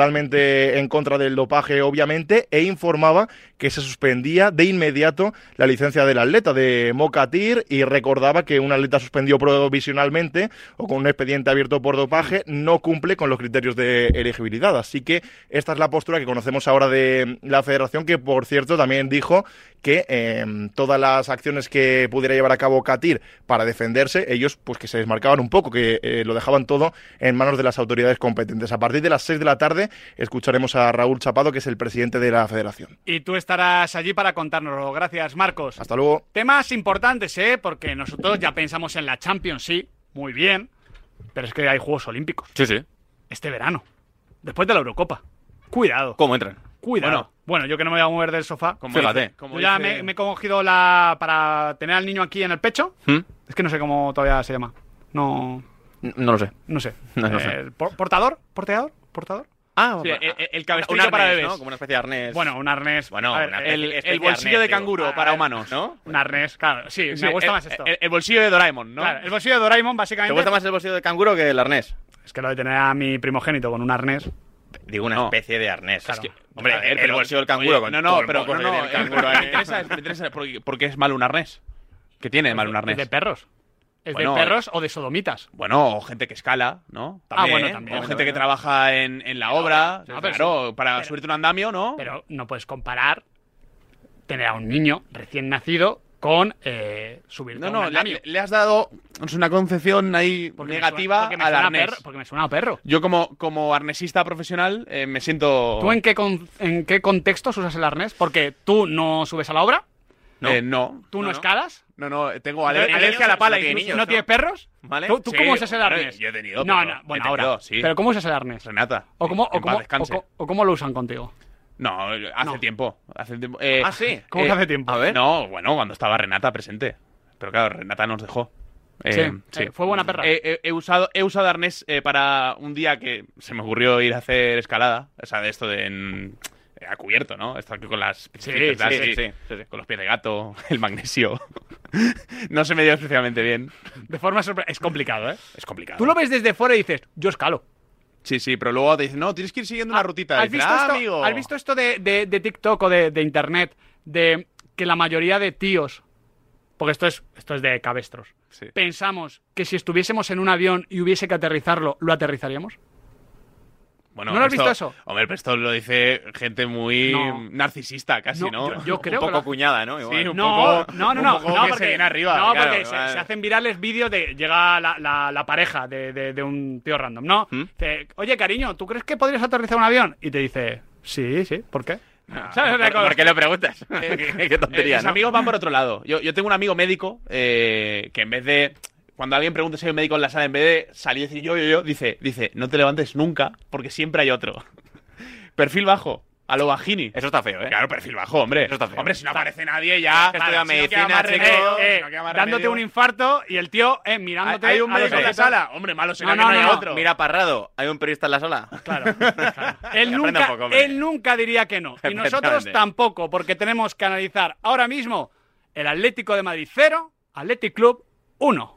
Speaker 8: totalmente en contra del dopaje, obviamente, e informaba que se suspendía de inmediato la licencia del atleta de Mocatir y recordaba que un atleta suspendido provisionalmente o con un expediente abierto por dopaje no cumple con los criterios de elegibilidad. Así que esta es la postura que conocemos ahora de la federación, que por cierto también dijo que em, todas las acciones que pudiera llevar a cabo Katir para defenderse, ellos pues que se desmarcaban un poco, que eh, lo dejaban todo en manos de las autoridades competentes. A partir de las 6 de la tarde escucharemos a Raúl Chapado, que es el presidente de la federación.
Speaker 1: Y tú estarás allí para contárnoslo. Gracias, Marcos.
Speaker 8: Hasta luego.
Speaker 1: Temas importantes, ¿eh? Porque nosotros ya pensamos en la Champions, sí, muy bien. Pero es que hay Juegos Olímpicos
Speaker 5: Sí, sí.
Speaker 1: este verano, después de la Eurocopa. Cuidado,
Speaker 5: ¿Cómo entran?
Speaker 1: cuidado. Bueno, yo que no me voy a mover del sofá.
Speaker 5: Fíjate.
Speaker 3: dice- como
Speaker 1: Yo ya
Speaker 3: dice-
Speaker 1: me, me he cogido la. para tener al niño aquí en el pecho.
Speaker 5: ¿Mm?
Speaker 1: Es que no sé cómo todavía se llama. No.
Speaker 5: No lo sé.
Speaker 1: No sé.
Speaker 5: [laughs] No, no sé.
Speaker 1: Eh, por- ¿Portador? ¿Porteador? ¿Portador?
Speaker 5: Ah,
Speaker 3: Sí, el, el- el
Speaker 5: un
Speaker 3: cabestrillo
Speaker 5: arnés,
Speaker 3: para bebés.
Speaker 5: ¿no? Como una especie de arnés.
Speaker 1: Bueno, un arnés.
Speaker 5: Bueno,
Speaker 1: A ver,
Speaker 5: una
Speaker 1: eh,
Speaker 5: especie-
Speaker 3: el,
Speaker 5: especie
Speaker 3: el bolsillo de
Speaker 5: arnés,
Speaker 3: canguro
Speaker 5: digo.
Speaker 3: para
Speaker 5: Ah,
Speaker 3: humanos, ¿no?
Speaker 1: Un arnés, claro. Sí,
Speaker 3: Sí,
Speaker 1: me gusta
Speaker 3: el-
Speaker 1: más esto.
Speaker 3: El, el bolsillo de Doraemon, ¿no?
Speaker 1: Claro, el bolsillo de Doraemon,
Speaker 5: ¿Te
Speaker 1: básicamente.
Speaker 5: gusta más el bolsillo de canguro que el arnés?
Speaker 1: Es que lo de tener a mi primogénito con un arnés.
Speaker 5: Digo, una
Speaker 3: No.
Speaker 5: especie de arnés.
Speaker 1: Claro.
Speaker 5: Es que, hombre,
Speaker 3: A ver,
Speaker 5: el
Speaker 3: pero-
Speaker 5: bolsillo del canguro.
Speaker 3: oye,
Speaker 5: con
Speaker 3: no,
Speaker 5: todo
Speaker 3: no,
Speaker 5: el
Speaker 3: pero
Speaker 5: moco
Speaker 3: no,
Speaker 5: que
Speaker 3: no,
Speaker 5: tiene el
Speaker 3: eh,
Speaker 5: canguro
Speaker 3: me
Speaker 5: ahí.
Speaker 3: interesa, me interesa porque, porque es malo un arnés. ¿Qué tiene de malo un
Speaker 1: Es de
Speaker 3: arnés?
Speaker 1: perros. Es
Speaker 3: Bueno, eh,
Speaker 1: de perros o de sodomitas.
Speaker 3: Bueno, o gente que escala, ¿no?
Speaker 1: Ah, bueno,
Speaker 3: ¿eh?
Speaker 1: también,
Speaker 3: O
Speaker 1: bueno,
Speaker 3: gente que
Speaker 5: bueno.
Speaker 3: trabaja en, en la obra,
Speaker 1: No, pero
Speaker 3: claro, para
Speaker 1: pero-
Speaker 3: subirte un andamio, ¿no?
Speaker 1: Pero no puedes comparar tener a un niño recién nacido con eh, subirte
Speaker 3: no,
Speaker 1: a un
Speaker 3: no,
Speaker 1: andamio.
Speaker 3: le, le has dado pues, una concepción ahí
Speaker 1: Porque me suena-
Speaker 3: negativa
Speaker 1: porque me
Speaker 3: al
Speaker 1: suena a
Speaker 3: arnés.
Speaker 1: perro- porque me suena a perro.
Speaker 3: Yo como, como arnesista profesional eh, me siento...
Speaker 1: ¿Tú en qué, con- en qué contextos usas el arnés? Porque tú no subes a la obra,
Speaker 3: No. Eh, no.
Speaker 1: tú no,
Speaker 5: No, no.
Speaker 1: escalas,
Speaker 3: No, no, tengo
Speaker 1: ale-
Speaker 3: aler-
Speaker 5: niños,
Speaker 3: alergia a la pala
Speaker 5: no tiene
Speaker 3: incluso.
Speaker 5: niños,
Speaker 1: no
Speaker 5: ¿no?
Speaker 1: tienes perros.
Speaker 5: ¿Vale?
Speaker 1: ¿Tú, tú
Speaker 3: Sí,
Speaker 1: cómo usas el
Speaker 3: claro,
Speaker 1: arnés?
Speaker 3: yo he tenido,
Speaker 1: No,
Speaker 3: pero
Speaker 1: no, bueno,
Speaker 3: he
Speaker 1: ahora.
Speaker 3: tenido, sí.
Speaker 1: Pero ¿cómo usas el arnés?
Speaker 3: Renata.
Speaker 1: ¿O cómo, o
Speaker 3: en
Speaker 1: cómo-
Speaker 3: paz descanse.
Speaker 1: o co- o cómo lo usan contigo?
Speaker 3: No, hace
Speaker 1: No.
Speaker 3: tiempo. Hace tiempo. Eh,
Speaker 5: Ah, sí.
Speaker 1: ¿Cómo que hace tiempo?
Speaker 5: A ver.
Speaker 3: No, bueno, cuando estaba Renata presente. Pero claro, Renata nos dejó. Eh,
Speaker 1: Sí, eh, fue buena perra.
Speaker 3: Eh, eh, he, usado, he usado arnés eh, para un día que se me ocurrió ir a hacer escalada. O sea, de esto de. en- eh, a cubierto, ¿no? Esto aquí con las.
Speaker 1: Sí,
Speaker 3: piecitas,
Speaker 1: sí,
Speaker 3: así,
Speaker 5: sí, sí, sí.
Speaker 3: Con los pies de gato, el magnesio. [laughs] no se me dio especialmente bien.
Speaker 1: De forma sorpre- Es complicado, ¿eh?
Speaker 3: Es complicado.
Speaker 1: Tú lo ves desde fuera y dices, yo escalo.
Speaker 3: Sí, sí, pero luego te dicen, no, tienes que ir siguiendo una
Speaker 1: Ah,
Speaker 3: rutita.
Speaker 1: ¿Has
Speaker 3: Dices,
Speaker 1: visto,
Speaker 3: "Ah,
Speaker 1: esto,
Speaker 3: amigo".
Speaker 1: has visto esto de, de- de TikTok o de, de internet? De que la mayoría de tíos, porque esto es, esto es de cabestros,
Speaker 3: Sí.
Speaker 1: pensamos que si estuviésemos en un avión y hubiese que aterrizarlo, ¿lo aterrizaríamos?
Speaker 3: Bueno,
Speaker 1: ¿No lo has
Speaker 3: esto-
Speaker 1: visto eso?
Speaker 3: Hombre, pero esto lo dice gente muy
Speaker 1: No.
Speaker 3: narcisista, casi,
Speaker 1: No,
Speaker 3: ¿no?
Speaker 1: yo- yo creo
Speaker 5: un
Speaker 1: que
Speaker 5: poco
Speaker 1: lo-
Speaker 5: cuñada, ¿no? Igual.
Speaker 3: un
Speaker 1: no,
Speaker 3: poco-
Speaker 1: no, no,
Speaker 3: un
Speaker 1: no, no,
Speaker 3: poco que se
Speaker 1: porque,
Speaker 3: viene arriba,
Speaker 1: no,
Speaker 3: claro,
Speaker 1: porque se,
Speaker 5: vale.
Speaker 1: se hacen virales vídeos de llega la, la- la pareja de, de- de un tío random, ¿no?
Speaker 5: ¿Mm?
Speaker 1: Dice, Oye, cariño, ¿tú crees que podrías aterrizar un avión? Y te dice, sí, sí, ¿por qué?
Speaker 3: [laughs]
Speaker 1: ¿Sabes? Una
Speaker 5: ¿Por,
Speaker 1: cosa-
Speaker 5: por qué le preguntas? [laughs] qué
Speaker 3: Eh,
Speaker 5: tontería,
Speaker 3: mis
Speaker 5: ¿no?
Speaker 3: amigos van por otro lado. Yo, yo tengo un amigo médico eh, que en vez de. Cuando alguien pregunta si hay un médico en la sala, en vez de salir y decir yo, yo, yo, dice, dice, no te levantes nunca porque siempre hay otro. [laughs] perfil bajo, a lo bajini.
Speaker 5: Eso está feo, ¿eh?
Speaker 3: Claro, perfil bajo, hombre.
Speaker 5: Eso está feo.
Speaker 3: Hombre, si no aparece nadie ya.
Speaker 5: Que estudia
Speaker 3: claro, si no queda
Speaker 5: medicina,
Speaker 3: más
Speaker 5: chico.
Speaker 3: remedio,
Speaker 1: Eh,
Speaker 3: si no queda más
Speaker 1: dándote
Speaker 3: remedio.
Speaker 1: un infarto y el tío eh,
Speaker 3: Hay,
Speaker 1: mirándote.
Speaker 3: hay un
Speaker 1: a los
Speaker 3: médico en la
Speaker 1: ojos.
Speaker 3: sala. Hombre, malo
Speaker 1: No,
Speaker 3: será que no,
Speaker 1: no,
Speaker 3: haya
Speaker 1: no, no.
Speaker 3: otro.
Speaker 5: Mira, Parrado, ¿hay un periodista en la sala?
Speaker 1: [laughs] Claro, claro. Él,
Speaker 5: Que aprenda
Speaker 1: nunca,
Speaker 5: un poco, hombre.
Speaker 1: él nunca diría que no. Y nosotros
Speaker 5: Efectivamente.
Speaker 1: tampoco, porque tenemos que analizar ahora mismo el Atlético de Madrid 0, Athletic Club 1.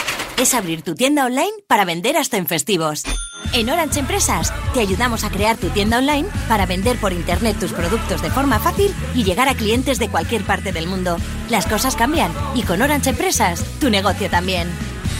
Speaker 9: Es abrir tu tienda online para vender hasta en festivos. En Orange Empresas te ayudamos a crear tu tienda online para vender por internet tus productos de forma fácil y llegar a clientes de cualquier parte del mundo. Las cosas cambian y con Orange Empresas tu negocio también.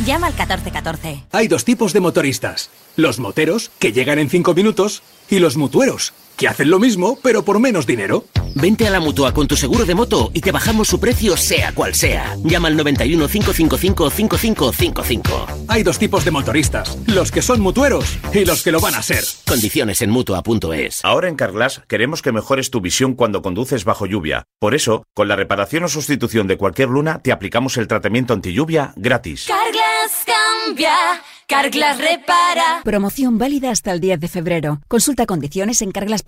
Speaker 9: Llama al 1414.
Speaker 10: Hay dos tipos de motoristas. Los moteros, que llegan en 5 minutos, y los mutueros, que hacen lo mismo, pero por menos dinero.
Speaker 9: Vente a la mutua con tu seguro de moto y te bajamos su precio sea cual sea. Llama al 91 555 5555.
Speaker 10: Hay dos tipos de motoristas. Los que son mutueros y los que lo van a ser.
Speaker 9: Condiciones en mutua.es.
Speaker 11: Ahora en Carglass queremos que mejores tu visión cuando conduces bajo lluvia. Por eso, con la reparación o sustitución de cualquier luna, te aplicamos el tratamiento anti lluvia gratis.
Speaker 9: Carglas cambia, Carglas repara.
Speaker 10: Promoción válida hasta el 10 de febrero. Consulta condiciones en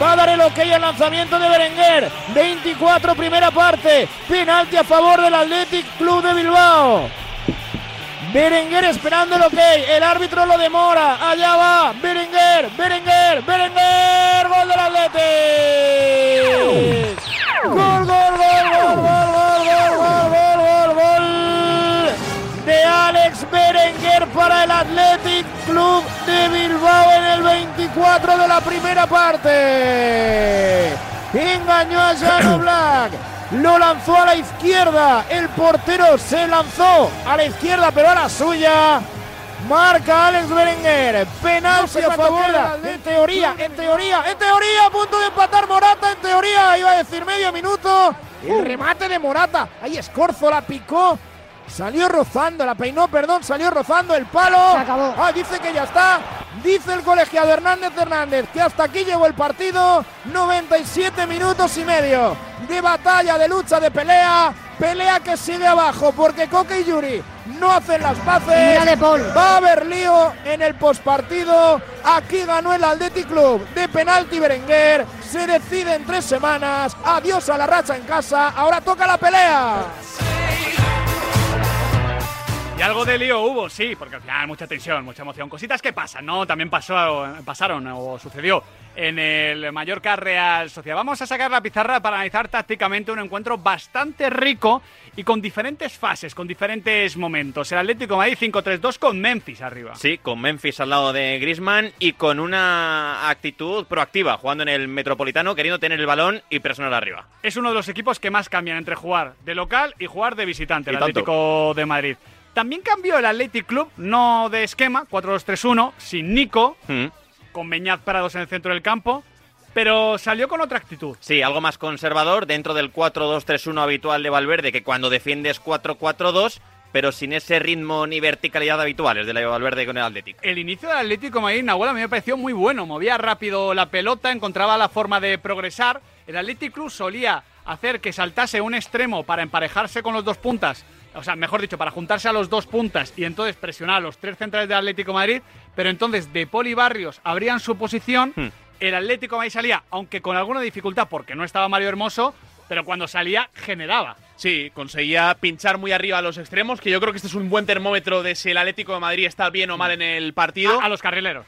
Speaker 10: Va a dar el ok al lanzamiento de Berenguer. 24 primera parte. Penalti a favor del Athletic Club de Bilbao. Berenguer esperando el ok. El árbitro lo demora. Allá va. Berenguer, Berenguer, Berenguer. Gol del Athletic. Gol, gol, gol, gol, gol, gol, gol, gol, gol, gol, gol. De Alex Berenguer para el Athletic Club de Bilbao en el 24 de la primera parte. Engañó a Jano Black. Lo lanzó a la izquierda. El portero se lanzó a la izquierda, pero a la suya. Marca Alex Berenguer. Penalti a favor. En teoría, en teoría, en teoría. A punto de empatar Morata. En teoría, iba a decir medio minuto. El remate de Morata. Ahí Escorzo la picó. Salió rozando, la peinó, perdón, salió rozando el palo. Ah, dice que ya está. Dice el colegiado Hernández Hernández que hasta aquí llegó el partido. 97 minutos y medio de batalla, de lucha, de pelea. Pelea que sigue abajo porque Coque y Yuri no hacen las paces. Va a haber lío en el postpartido. Aquí ganó el Athletic Club de penalti Berenguer. Se decide en tres semanas. Adiós a la racha en casa. Ahora toca la pelea.
Speaker 1: Y algo de lío hubo, sí, porque al final mucha tensión, mucha emoción. Cositas que pasan, ¿no? También pasó, pasaron o sucedió en el Mallorca Real Sociedad. Vamos a sacar la pizarra para analizar tácticamente un encuentro bastante rico y con diferentes fases, con diferentes momentos. El Atlético de Madrid 5-3-2 con Memphis arriba.
Speaker 5: Sí, con Memphis al lado de Griezmann y con una actitud proactiva, jugando en el Metropolitano, queriendo tener el balón y presionar arriba.
Speaker 1: Es uno de los equipos que más cambian entre jugar de local y jugar de visitante, el
Speaker 5: Y tanto.
Speaker 1: Atlético de Madrid. También cambió el Athletic Club, no de esquema, 4-2-3-1, sin Nico, con Meñaz parados en el centro del campo, pero salió con otra actitud.
Speaker 5: Sí, algo más conservador dentro del 4-2-3-1 habitual de Valverde, que cuando defiendes 4-4-2, pero sin ese ritmo ni verticalidad habituales de la de Valverde con el Atlético.
Speaker 1: El inicio del Atlético de Madrid, Nahuel, a mí me pareció muy bueno. Movía rápido la pelota, encontraba la forma de progresar. El Atlético Club solía hacer que saltase un extremo para emparejarse con los dos puntas. O sea, mejor dicho, para juntarse a los dos puntas y entonces presionar a los tres centrales del Atlético de Madrid. Pero entonces De Poli y Barrios abrían su posición.
Speaker 5: Hmm.
Speaker 1: El Atlético de Madrid salía, aunque con alguna dificultad porque no estaba Mario Hermoso, pero cuando salía generaba.
Speaker 3: Sí, conseguía pinchar muy arriba a los extremos, que yo creo que este es un buen termómetro de si el Atlético de Madrid está bien o mal en el partido. Eh,
Speaker 1: A, los carrileros.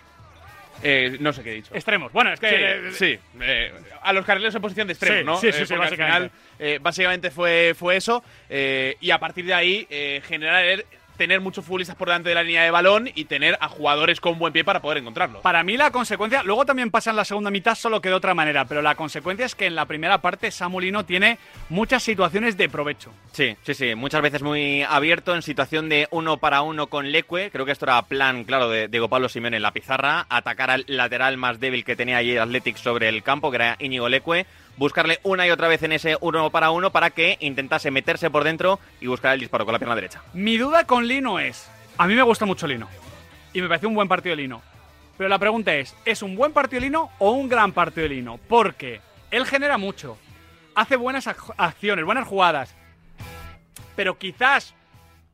Speaker 3: no sé qué he dicho.
Speaker 1: Extremos. Bueno, es que.
Speaker 3: Sí,
Speaker 1: eh,
Speaker 3: sí. Eh, a los carrileros en posición de extremo,
Speaker 1: Sí, sí,
Speaker 3: ¿no?
Speaker 1: sí,
Speaker 3: Eh,
Speaker 1: sí,
Speaker 3: porque al
Speaker 1: básicamente.
Speaker 3: final, eh, básicamente fue, fue eso. eh, y a partir de ahí, eh, generar el- tener muchos futbolistas por delante de la línea de balón y tener a jugadores con buen pie para poder encontrarlos.
Speaker 1: Para mí la consecuencia, luego también pasa en la segunda mitad, solo que de otra manera, pero la consecuencia es que en la primera parte Samulino tiene muchas situaciones de provecho.
Speaker 5: Sí, sí, sí. Muchas veces muy abierto en situación de uno para uno con Leque. Creo que esto era plan, claro, de Diego Pablo Simeone en la pizarra. Atacar al lateral más débil que tenía allí el Athletic sobre el campo, que era Íñigo Leque. Buscarle una y otra vez en ese uno para uno para que intentase meterse por dentro y buscar el disparo con la pierna derecha.
Speaker 1: Mi duda con Lino es, a mí me gusta mucho Lino y me parece un buen partido de Lino, pero la pregunta es, ¿es un buen partido de Lino o un gran partido de Lino? Porque él genera mucho, hace buenas ac- acciones, buenas jugadas, pero quizás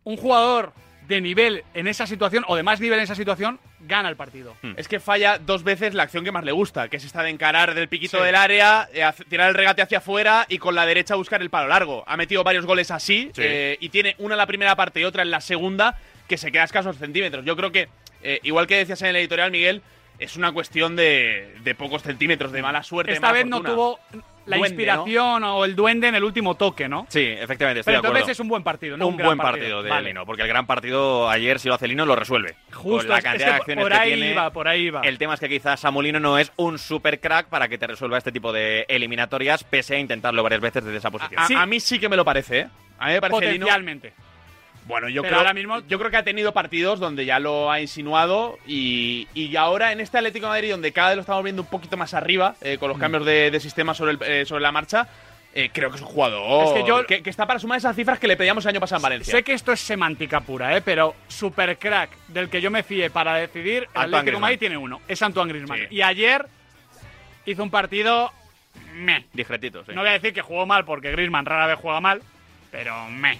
Speaker 1: un jugador de nivel en esa situación o de más nivel en esa situación gana el partido.
Speaker 3: Hmm. Es que falla dos veces la acción que más le gusta, que es esta de encarar del piquito
Speaker 1: Sí.
Speaker 3: del área, eh, hace- tirar el regate hacia afuera y con la derecha buscar el palo largo. Ha metido varios goles así
Speaker 4: Sí.
Speaker 3: eh, y tiene una en la primera parte y otra en la segunda que se queda a escasos centímetros. Yo creo que, eh, igual que decías en el editorial, Miguel, es una cuestión de, de pocos centímetros, de mala suerte.
Speaker 1: Esta
Speaker 3: mala
Speaker 1: vez
Speaker 3: fortuna.
Speaker 1: no tuvo la
Speaker 3: Duende, ¿no?
Speaker 1: inspiración o el duende en el último toque, ¿no?
Speaker 5: Sí, efectivamente, estoy
Speaker 1: Pero
Speaker 5: de acuerdo.
Speaker 1: entonces es un buen partido, ¿no?
Speaker 5: un,
Speaker 1: gran
Speaker 5: buen partido, de
Speaker 1: Vale.
Speaker 5: Lino, porque el gran partido ayer, si lo hace Lino, lo resuelve. Con
Speaker 1: Justo,
Speaker 5: la
Speaker 1: es- es
Speaker 5: cantidad
Speaker 1: que
Speaker 5: de acciones
Speaker 1: por
Speaker 5: que
Speaker 1: ahí
Speaker 5: tiene,
Speaker 1: iba, por ahí iba.
Speaker 5: El tema es que quizás Samolino no es un super crack para que te resuelva este tipo de eliminatorias, pese a intentarlo varias veces desde esa posición.
Speaker 3: A, a mí sí que me lo parece, ¿eh? A mí me parece Lino-
Speaker 1: Potencialmente.
Speaker 3: Bueno, yo
Speaker 1: Pero
Speaker 3: creo,
Speaker 1: ahora
Speaker 3: yo creo que ha tenido partidos donde ya lo ha insinuado y, y ahora en este Atlético de Madrid, donde cada vez lo estamos viendo un poquito más arriba, eh,
Speaker 1: Mm.
Speaker 3: con los cambios de, de sistema sobre, el- eh, sobre la marcha, eh, creo que es un jugador
Speaker 1: Es que yo-
Speaker 3: que, que está para sumar esas cifras que le pedíamos el año pasado en Valencia.
Speaker 1: Sé que esto es semántica pura, ¿eh? pero super crack del que yo me fíe para decidir, el
Speaker 3: Antoine
Speaker 1: Atlético de Madrid
Speaker 3: Griezmann.
Speaker 1: tiene uno, es Antoine Griezmann. Y ayer hizo un partido meh.
Speaker 5: Discretito, sí.
Speaker 1: No voy a decir que jugó mal porque Griezmann rara vez juega mal, pero meh.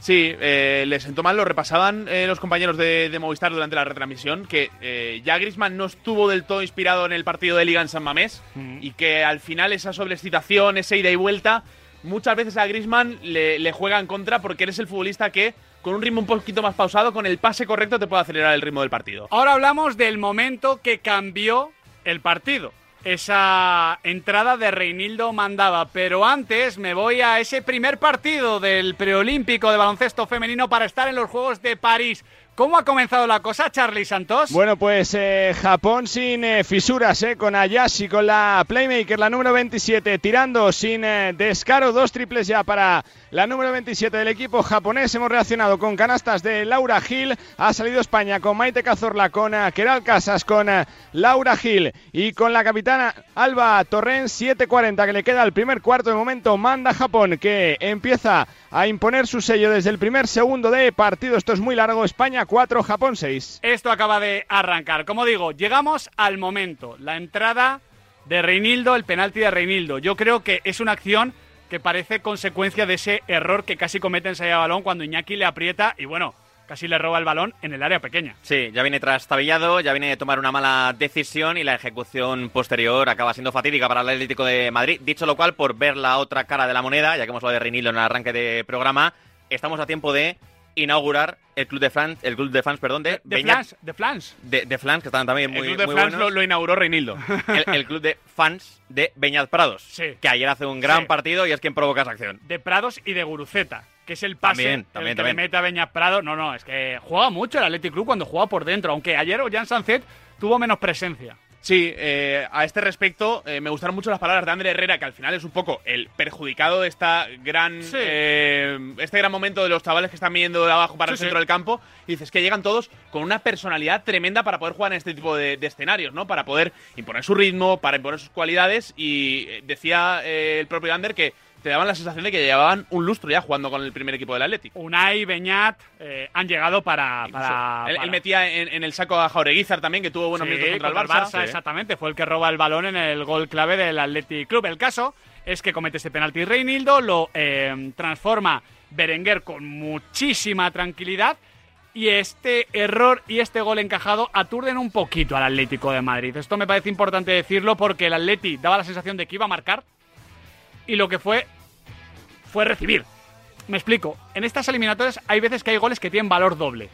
Speaker 3: Sí, eh, le sentó mal, lo repasaban eh, los compañeros de, de Movistar durante la retransmisión, que eh, ya Grisman no estuvo del todo inspirado en el partido de Liga en San Mamés y que al final esa sobreexcitación, esa ida y vuelta, muchas veces a Grisman le, le juega en contra porque eres el futbolista que con un ritmo un poquito más pausado, con el pase correcto, te puede acelerar el ritmo del partido.
Speaker 1: Ahora hablamos del momento que cambió el partido. Esa entrada de Reinildo mandaba. Pero antes me voy a ese primer partido del preolímpico de baloncesto femenino para estar en los Juegos de París. ¿Cómo ha comenzado la cosa, Charlie Santos?
Speaker 12: Bueno, pues eh, Japón sin eh, fisuras, eh, con Ayashi, con la Playmaker, la número 27, tirando sin eh, descaro, dos triples ya para la número 27 del equipo japonés. Hemos reaccionado con canastas de Laura Gil, ha salido España con Maite Cazorla, con eh, Keral Casas, con eh, Laura Gil y con la capitana Alba Torrens, 7.40 que le queda al primer cuarto de momento, manda Japón que empieza a imponer su sello desde el primer segundo de partido. Esto es muy largo, España 4, Japón 6.
Speaker 1: Esto acaba de arrancar. Como digo, llegamos al momento. La entrada de Reinildo, el penalti de Reinildo. Yo creo que es una acción que parece consecuencia de ese error que casi comete en salida de balón cuando Iñaki le aprieta y bueno, casi le roba el balón en el área pequeña.
Speaker 5: Sí, ya viene trastabillado, ya viene de tomar una mala decisión y la ejecución posterior acaba siendo fatídica para el Atlético de Madrid. Dicho lo cual, por ver la otra cara de la moneda, ya que hemos hablado de Reinildo en el arranque de programa, estamos a tiempo de inaugurar el club de fans, el club de fans, perdón, de
Speaker 1: De
Speaker 5: Beñat-
Speaker 1: Flans, de Flans.
Speaker 5: de, de Flans, que estaban también muy,
Speaker 3: el club de
Speaker 5: muy
Speaker 3: Flans lo,
Speaker 5: buenos.
Speaker 3: lo inauguró Reinildo.
Speaker 5: El, el club de fans de Beñat Prados, que ayer hace un gran partido y es quien provoca esa acción.
Speaker 1: De Prados y de Guruceta, que es el pase
Speaker 5: También,
Speaker 1: el
Speaker 5: también,
Speaker 1: que le
Speaker 5: también.
Speaker 1: mete a Beñat Prado. No, no, es que juega mucho el Athletic Club cuando juega por dentro, aunque ayer Ollán Sancet tuvo menos presencia.
Speaker 3: Sí, eh, a este respecto eh, me gustaron mucho las palabras de André Herrera, que al final es un poco el perjudicado de esta gran, eh, este gran momento de los chavales que están viniendo de abajo para el
Speaker 1: Sí, sí.
Speaker 3: centro del campo. Y dices que llegan todos con una personalidad tremenda para poder jugar en este tipo de, de escenarios, ¿no? Para poder imponer su ritmo, para imponer sus cualidades. Y eh, decía eh, el propio Ander que te daban la sensación de que llevaban un lustro ya jugando con el primer equipo del Atlético.
Speaker 1: Unai, Beñat eh, han llegado para. para-
Speaker 3: él, él
Speaker 1: para-
Speaker 3: metía en, en el saco a Jaureguizar también, que tuvo buenos
Speaker 1: Sí,
Speaker 3: minutos contra, el Barça.
Speaker 1: Exactamente, fue el que roba el balón en el gol clave del Athletic Club. El caso es que comete este penalti Reinildo, lo eh, transforma Berenguer con muchísima tranquilidad y este error y este gol encajado aturden un poquito al Atlético de Madrid. Esto me parece importante decirlo porque el Atleti daba la sensación de que iba a marcar y lo que fue fue recibir. Me explico, en estas eliminatorias hay veces que hay goles que tienen valor doble,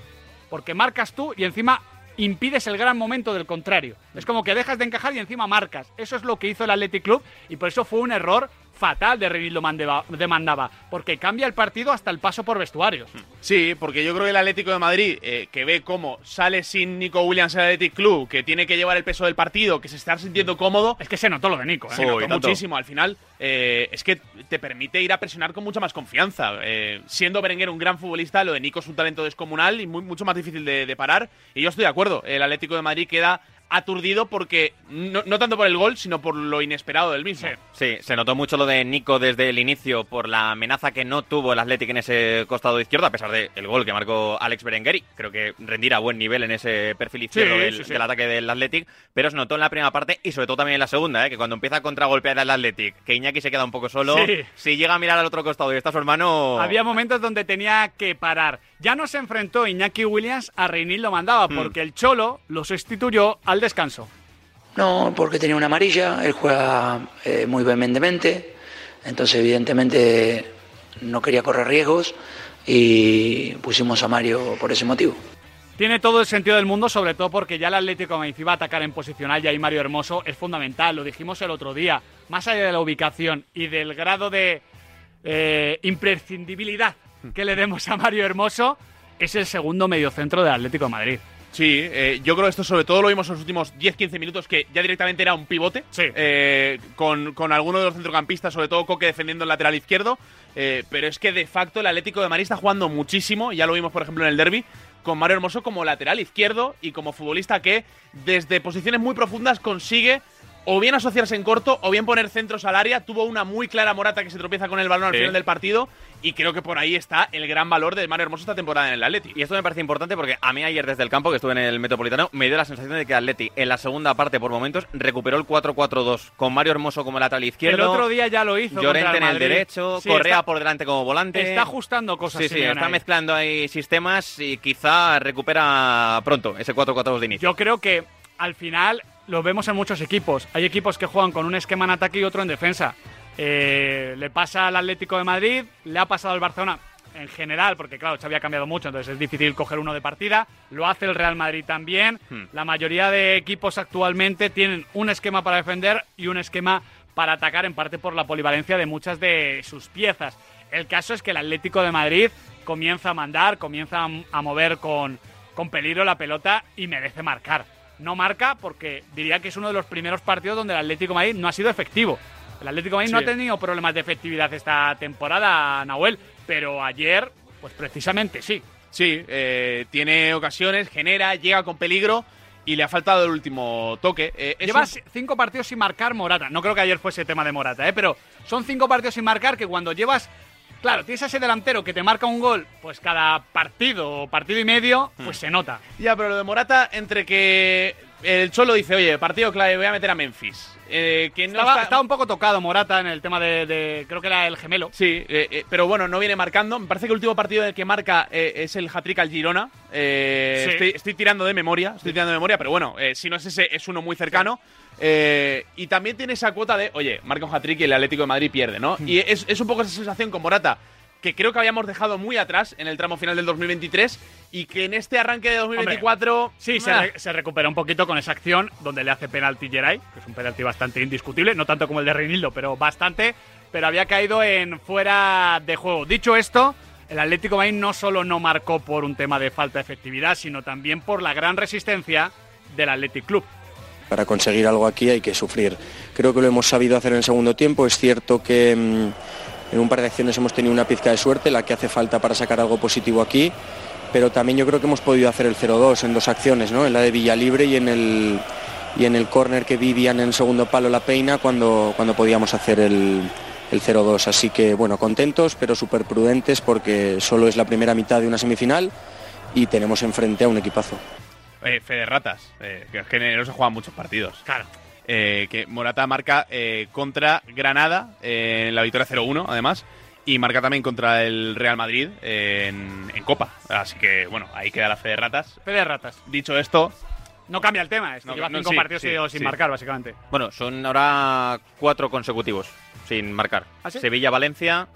Speaker 1: porque marcas tú y encima impides el gran momento del contrario. Es como que dejas de encajar y encima marcas. Eso es lo que hizo el Athletic Club y por eso fue un error fatal de Reinildo Mandeva- de Mandaba, porque cambia el partido hasta el paso por vestuarios.
Speaker 3: Sí, porque yo creo que el Atlético de Madrid, eh, que ve cómo sale sin Nico Williams el Athletic Club, que tiene que llevar el peso del partido, que se está sintiendo cómodo.
Speaker 1: Hmm. Es que se notó lo de Nico, ¿eh?
Speaker 3: Se
Speaker 1: Uy,
Speaker 3: notó
Speaker 1: tanto.
Speaker 3: muchísimo. Al final, eh, es que te permite ir a presionar con mucha más confianza. Eh, siendo Berenguer un gran futbolista, lo de Nico es un talento descomunal y muy- mucho más difícil de, de parar. Y yo estoy de acuerdo. El Atlético de Madrid queda aturdido porque, no, no tanto por el gol, sino por lo inesperado del mismo.
Speaker 5: Sí, se notó mucho lo de Nico desde el inicio por la amenaza que no tuvo el Athletic en ese costado izquierdo, a pesar del gol que marcó Alex Berenguer. y creo que rendir a buen nivel en ese perfil izquierdo
Speaker 13: Sí,
Speaker 5: del,
Speaker 13: sí, sí.
Speaker 5: del ataque del Athletic, pero se notó en la primera parte y sobre todo también en la segunda, ¿eh? que cuando empieza a contragolpear el Athletic, que Iñaki se queda un poco solo,
Speaker 1: Sí.
Speaker 5: si llega a mirar al otro costado y está su hermano...
Speaker 1: Había momentos donde tenía que parar. Ya no se enfrentó Iñaki Williams a Reinildo Mandaba,
Speaker 3: Hmm.
Speaker 5: Mm.
Speaker 1: porque el Cholo lo sustituyó al descanso.
Speaker 14: No, porque tenía una amarilla, él juega eh, muy vehementemente, entonces evidentemente no quería correr riesgos y pusimos a Mario por ese motivo.
Speaker 1: Tiene todo el sentido del mundo, sobre todo porque ya el Atlético de Madrid iba a atacar en posicional y ahí Mario Hermoso es fundamental, lo dijimos el otro día. Más allá de la ubicación y del grado de eh, imprescindibilidad que le demos a Mario Hermoso, es el segundo mediocentro del Atlético de Madrid.
Speaker 3: Sí, eh, yo creo que esto sobre todo lo vimos en los últimos 10-15 minutos, que ya directamente era un pivote. Eh, con, con alguno de los centrocampistas, sobre todo Coque defendiendo el lateral izquierdo. Eh, pero es que de facto el Atlético de Madrid está jugando muchísimo, ya lo vimos por ejemplo en el derby, con Mario Hermoso como lateral izquierdo y como futbolista que desde posiciones muy profundas consigue o bien asociarse en corto o bien poner centros al área. Tuvo una muy clara Morata que se tropieza con el balón al
Speaker 5: Sí.
Speaker 3: final del partido y creo que por ahí está el gran valor de Mario Hermoso esta temporada en el Atlético.
Speaker 5: Y esto me parece importante porque a mí ayer desde el campo, que estuve en el Metropolitano, me dio la sensación de que Atleti en la segunda parte, por momentos, recuperó el 4-4-2 con Mario Hermoso como lateral izquierdo.
Speaker 1: el otro día ya lo hizo. contra
Speaker 5: Llorente en el
Speaker 1: Madrid.
Speaker 5: derecho,
Speaker 1: Sí,
Speaker 5: Correa
Speaker 1: está-
Speaker 5: por delante como volante.
Speaker 1: Está ajustando cosas.
Speaker 5: Eh, Sí, sí,
Speaker 1: Simeone
Speaker 5: está
Speaker 1: ahí.
Speaker 5: mezclando ahí sistemas y quizá recupera pronto ese 4-4-2 de inicio.
Speaker 1: Yo creo que al final lo vemos en muchos equipos. Hay equipos que juegan con un esquema en ataque y otro en defensa. Eh, le pasa al Atlético de Madrid, le ha pasado al Barcelona en general, porque claro, se había cambiado mucho, entonces es difícil coger uno de partida. Lo hace el Real Madrid también.
Speaker 5: Hmm.
Speaker 1: La mayoría de equipos actualmente tienen un esquema para defender y un esquema para atacar, en parte por la polivalencia de muchas de sus piezas. El caso es que el Atlético de Madrid comienza a mandar, comienza a- a mover con, con peligro la pelota y merece marcar. No marca porque diría que es uno de los primeros partidos donde el Atlético de Madrid no ha sido efectivo. El Atlético de Madrid no ha
Speaker 5: Sí.
Speaker 1: tenido problemas de efectividad esta temporada, Nahuel, pero ayer, pues precisamente sí.
Speaker 3: Sí, eh, tiene ocasiones, genera, llega con peligro y le ha faltado el último toque. Eh, es
Speaker 1: Lleva
Speaker 3: un-
Speaker 1: si- cinco partidos sin marcar Morata. No creo que ayer fuese tema de Morata, ¿eh? pero son cinco partidos sin marcar que cuando llevas. Claro, tienes a ese delantero que te marca un gol, pues cada partido o partido y medio, pues
Speaker 3: Hmm.
Speaker 1: se nota.
Speaker 3: Ya, pero lo de Morata, entre que el Cholo dice, oye, partido clave, voy a meter a Memphis. Eh, que no
Speaker 1: Estaba,
Speaker 3: está-
Speaker 1: estaba un poco tocado Morata en el tema de. de- creo que era el gemelo.
Speaker 3: Sí, eh, eh, pero bueno, no viene marcando. Me parece que el último partido en el que marca eh, es el hat-trick al Girona. Eh,
Speaker 1: Sí.
Speaker 3: estoy, estoy tirando de memoria, estoy tirando de memoria, pero bueno, eh, si no es ese, es uno muy cercano. Eh, y también tiene esa cuota de, oye, marca un hat-trick y el Atlético de Madrid pierde, ¿no? Y es, es un poco esa sensación con Morata. que creo que habíamos dejado muy atrás en el tramo final del 2023 y que en este arranque de 2024
Speaker 1: sí, se,
Speaker 3: ah,
Speaker 1: re- se recupera un poquito con esa acción donde le hace penalti Geray, que es un penalti bastante indiscutible, no tanto como el de Reinildo, pero bastante, pero había caído en fuera de juego. Dicho esto, el Atlético de Madrid no solo no marcó por un tema de falta de efectividad, sino también por la gran resistencia del Athletic Club.
Speaker 13: Para conseguir algo aquí hay que sufrir. Creo que lo hemos sabido hacer en el segundo tiempo. Es cierto que mm, en un par de acciones hemos tenido una pizca de suerte, la que hace falta para sacar algo positivo aquí. Pero también yo creo que hemos podido hacer el 0-2 en dos acciones, ¿no? En la de Villalibre y en el y en el córner que vivían en el segundo palo la peina cuando, cuando podíamos hacer el, el 0-2. Así que bueno, contentos pero súper prudentes porque solo es la primera mitad de una semifinal y tenemos enfrente a un equipazo.
Speaker 3: Eh, Fede Ratas, eh, que es que en enero se juegan muchos partidos. Claro. que Morata marca eh, contra Granada eh, en la victoria 0-1, además, y marca también contra el Real Madrid eh, en, en Copa. Así que, bueno, ahí queda la Fede Ratas.
Speaker 1: Fede Ratas.
Speaker 3: Dicho esto,
Speaker 1: No cambia el tema, es que
Speaker 3: No,
Speaker 1: lleva
Speaker 3: no,
Speaker 1: cinco
Speaker 3: sí,
Speaker 1: partidos
Speaker 3: sí,
Speaker 1: seguidos sin
Speaker 3: sí.
Speaker 1: marcar, básicamente.
Speaker 5: Bueno, son ahora cuatro consecutivos sin marcar.
Speaker 1: ¿Ah, sí? Ah,
Speaker 5: Sevilla, Valencia,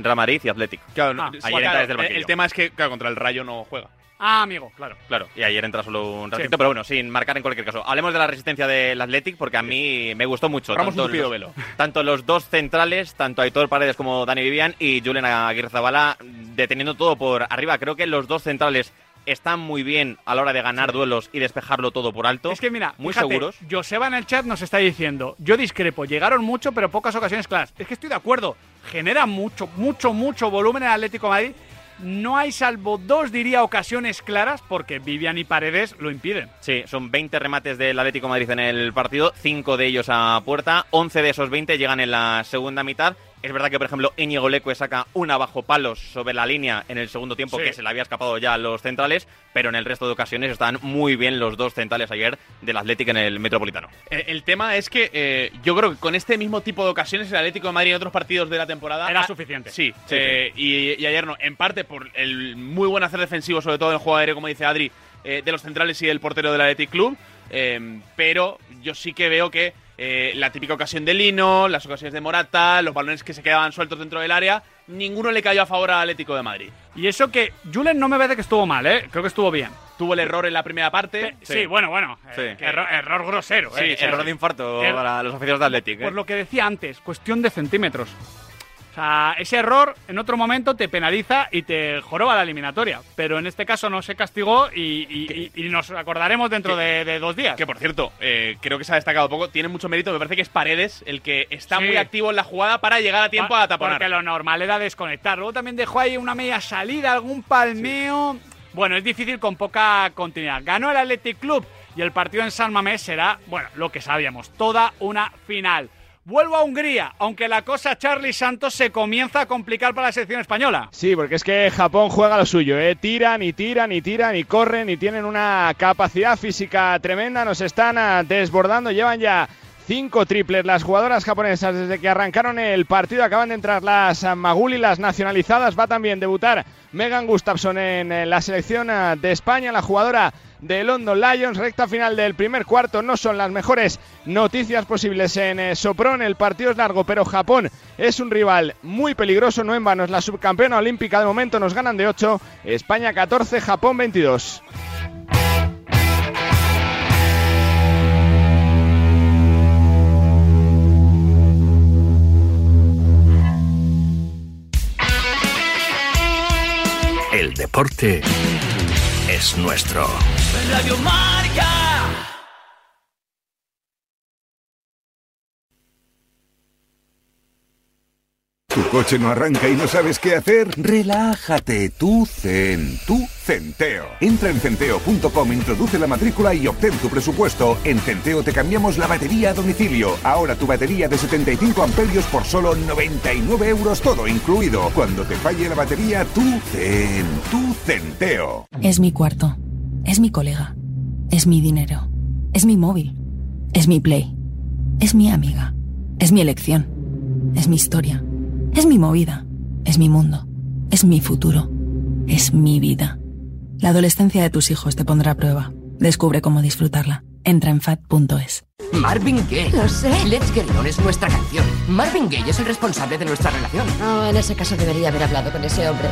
Speaker 5: Real Madrid y Atlético.
Speaker 3: Claro,
Speaker 1: no-
Speaker 5: ayer
Speaker 1: sí, claro,
Speaker 5: entra desde el
Speaker 1: el-
Speaker 5: banquillo.
Speaker 1: el
Speaker 3: tema es que contra el Rayo no juega.
Speaker 1: Ah, amigo, claro.
Speaker 5: Claro, y ayer entra solo un
Speaker 1: Sí.
Speaker 5: ratito, pero bueno, sin marcar en cualquier caso. Hablemos de la resistencia del Athletic porque a mí me gustó mucho.
Speaker 3: Ramos
Speaker 5: tanto,
Speaker 3: Tupido
Speaker 5: los,
Speaker 3: Velo.
Speaker 5: [laughs] tanto los dos centrales, tanto Aitor Paredes como Dani Vivian y Julen Aguirre Zabala, deteniendo todo por arriba. Creo que los dos centrales están muy bien a la hora de ganar duelos y despejarlo todo por alto.
Speaker 1: Es que mira,
Speaker 5: muy
Speaker 1: fíjate,
Speaker 5: seguros.
Speaker 1: Joseba en el chat nos está diciendo, yo discrepo, llegaron mucho, pero pocas ocasiones claras. Es que estoy de acuerdo, genera mucho, mucho, mucho volumen el Atlético de Madrid. No hay salvo dos, diría, ocasiones claras porque Vivian y Paredes lo impiden.
Speaker 5: Sí, son 20 remates del Atlético de Madrid en el partido, 5 de ellos a puerta, 11 de esos 20 llegan en la segunda mitad. Es verdad que, por ejemplo, Íñigo Leque saca una bajo palos sobre la línea en el segundo tiempo
Speaker 1: Sí.
Speaker 5: que se le había escapado ya a los centrales, pero en el resto de ocasiones están muy bien los dos centrales ayer del Atlético en el Metropolitano.
Speaker 3: Eh, el tema es que eh, yo creo que con este mismo tipo de ocasiones el Atlético de Madrid en otros partidos de la temporada
Speaker 1: Era
Speaker 3: ha-
Speaker 1: suficiente.
Speaker 3: Sí, eh, Y, y ayer no, en parte por el muy buen hacer defensivo, sobre todo en el juego aéreo, como dice Adri, eh, de los centrales y del portero del Athletic Club. eh, pero yo sí que veo que eh, la típica ocasión de Lino, las ocasiones de Morata, los balones que se quedaban sueltos dentro del área, ninguno le cayó a favor al Atlético de Madrid.
Speaker 1: Y eso que Julen no me parece que estuvo mal, ¿eh? creo que estuvo bien.
Speaker 3: Tuvo el error en la primera parte.
Speaker 1: sí, bueno, bueno. eh, que erro- error grosero.
Speaker 5: Sí,
Speaker 1: eh, o sea,
Speaker 5: error de infarto
Speaker 1: er-
Speaker 5: para los aficionados de Atlético.
Speaker 3: eh.
Speaker 1: Por lo que decía antes, cuestión de centímetros. O sea, ese error en otro momento te penaliza y te joroba la eliminatoria. Pero en este caso no se castigó y, y- y- y nos acordaremos dentro de, de dos días.
Speaker 3: Que por cierto, eh, creo que se ha destacado poco, tiene mucho mérito, me parece que es Paredes el que está
Speaker 1: Sí.
Speaker 3: muy activo en la jugada para llegar a tiempo
Speaker 1: Pa-
Speaker 3: a taponar.
Speaker 1: Porque lo normal era desconectar. Luego también dejó ahí una media salida, algún palmeo. Bueno, es difícil con poca continuidad. Ganó el Athletic Club y el partido en San Mamés será, bueno, lo que sabíamos, toda una final. Vuelvo a Hungría, aunque la cosa Charlie Santos se comienza a complicar para la selección española.
Speaker 12: Sí, porque es que Japón juega lo suyo, ¿eh? Tiran y tiran y tiran y corren y tienen una capacidad física tremenda, nos están ah, desbordando, llevan ya cinco triples las jugadoras japonesas desde que arrancaron el partido, acaban de entrar las ah, Maguli, las nacionalizadas, va también debutar Megan Gustafsson en eh, la selección ah, de España, la jugadora de London Lions, recta final del primer cuarto, no son las mejores noticias posibles en eh, Sopron, el partido es largo, pero Japón es un rival muy peligroso, no en vano, es la subcampeona olímpica de momento, nos ganan de 8, España 14, Japón 22.
Speaker 15: El deporte es nuestro.
Speaker 10: Radio Marca.
Speaker 16: ¿Tu coche no arranca y no sabes qué hacer? Relájate, tú Zen, tú Centeo. Entra en centeo.com, introduce la matrícula y obtén tu presupuesto. En Centeo te cambiamos la batería a domicilio. Ahora tu batería de 75 amperios por solo 99 euros todo incluido. Cuando te falle la batería, tú Zen, tú Centeo.
Speaker 17: Es mi cuarto. Es mi colega. Es mi dinero. Es mi móvil. Es mi play. Es mi amiga. Es mi elección. Es mi historia. Es mi movida. Es mi mundo. Es mi futuro. Es mi vida. La adolescencia de tus hijos te pondrá a prueba. Descubre cómo disfrutarla. Entra en fat.es.
Speaker 18: Marvin Gaye.
Speaker 19: Lo sé.
Speaker 18: Let's Get It On es nuestra canción. Marvin Gaye es el responsable de nuestra relación.
Speaker 19: Oh, en ese caso debería haber hablado con ese hombre.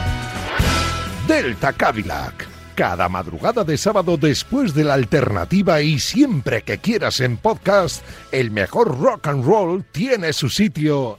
Speaker 2: Delta Cadillac. Cada madrugada de sábado después de la alternativa y siempre que quieras en podcast, el mejor rock and roll tiene su sitio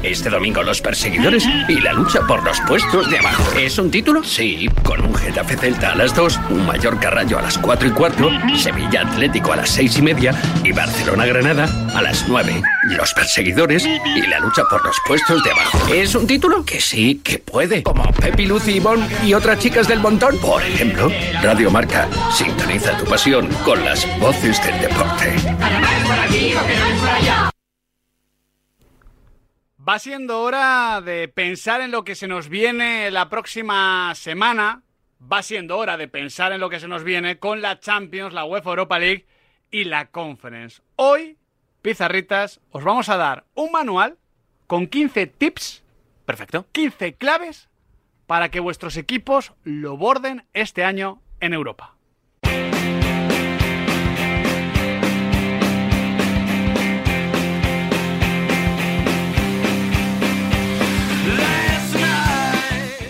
Speaker 15: Este domingo los perseguidores y la lucha por los puestos de abajo. ¿Es un título? Sí, con un Getafe Celta a las 2, un Mallorca Rayo a las 4 y cuarto, Sevilla Atlético a las 6 y media y Barcelona Granada a las 9. Los perseguidores y la lucha por los puestos de abajo. ¿Es un título? Que sí, que puede. Como Pepi, Lucy, Ivonne y otras chicas del montón. Por ejemplo, Radio Marca. Sintoniza tu pasión con las voces del deporte.
Speaker 1: Va siendo hora de pensar en lo que se nos viene la próxima semana. Va siendo hora de pensar en lo que se nos viene con la Champions, la UEFA Europa League y la Conference. Hoy, pizarritas, os vamos a dar un manual con 15 tips.
Speaker 5: Perfecto.
Speaker 1: 15 claves para que vuestros equipos lo borden este año en Europa.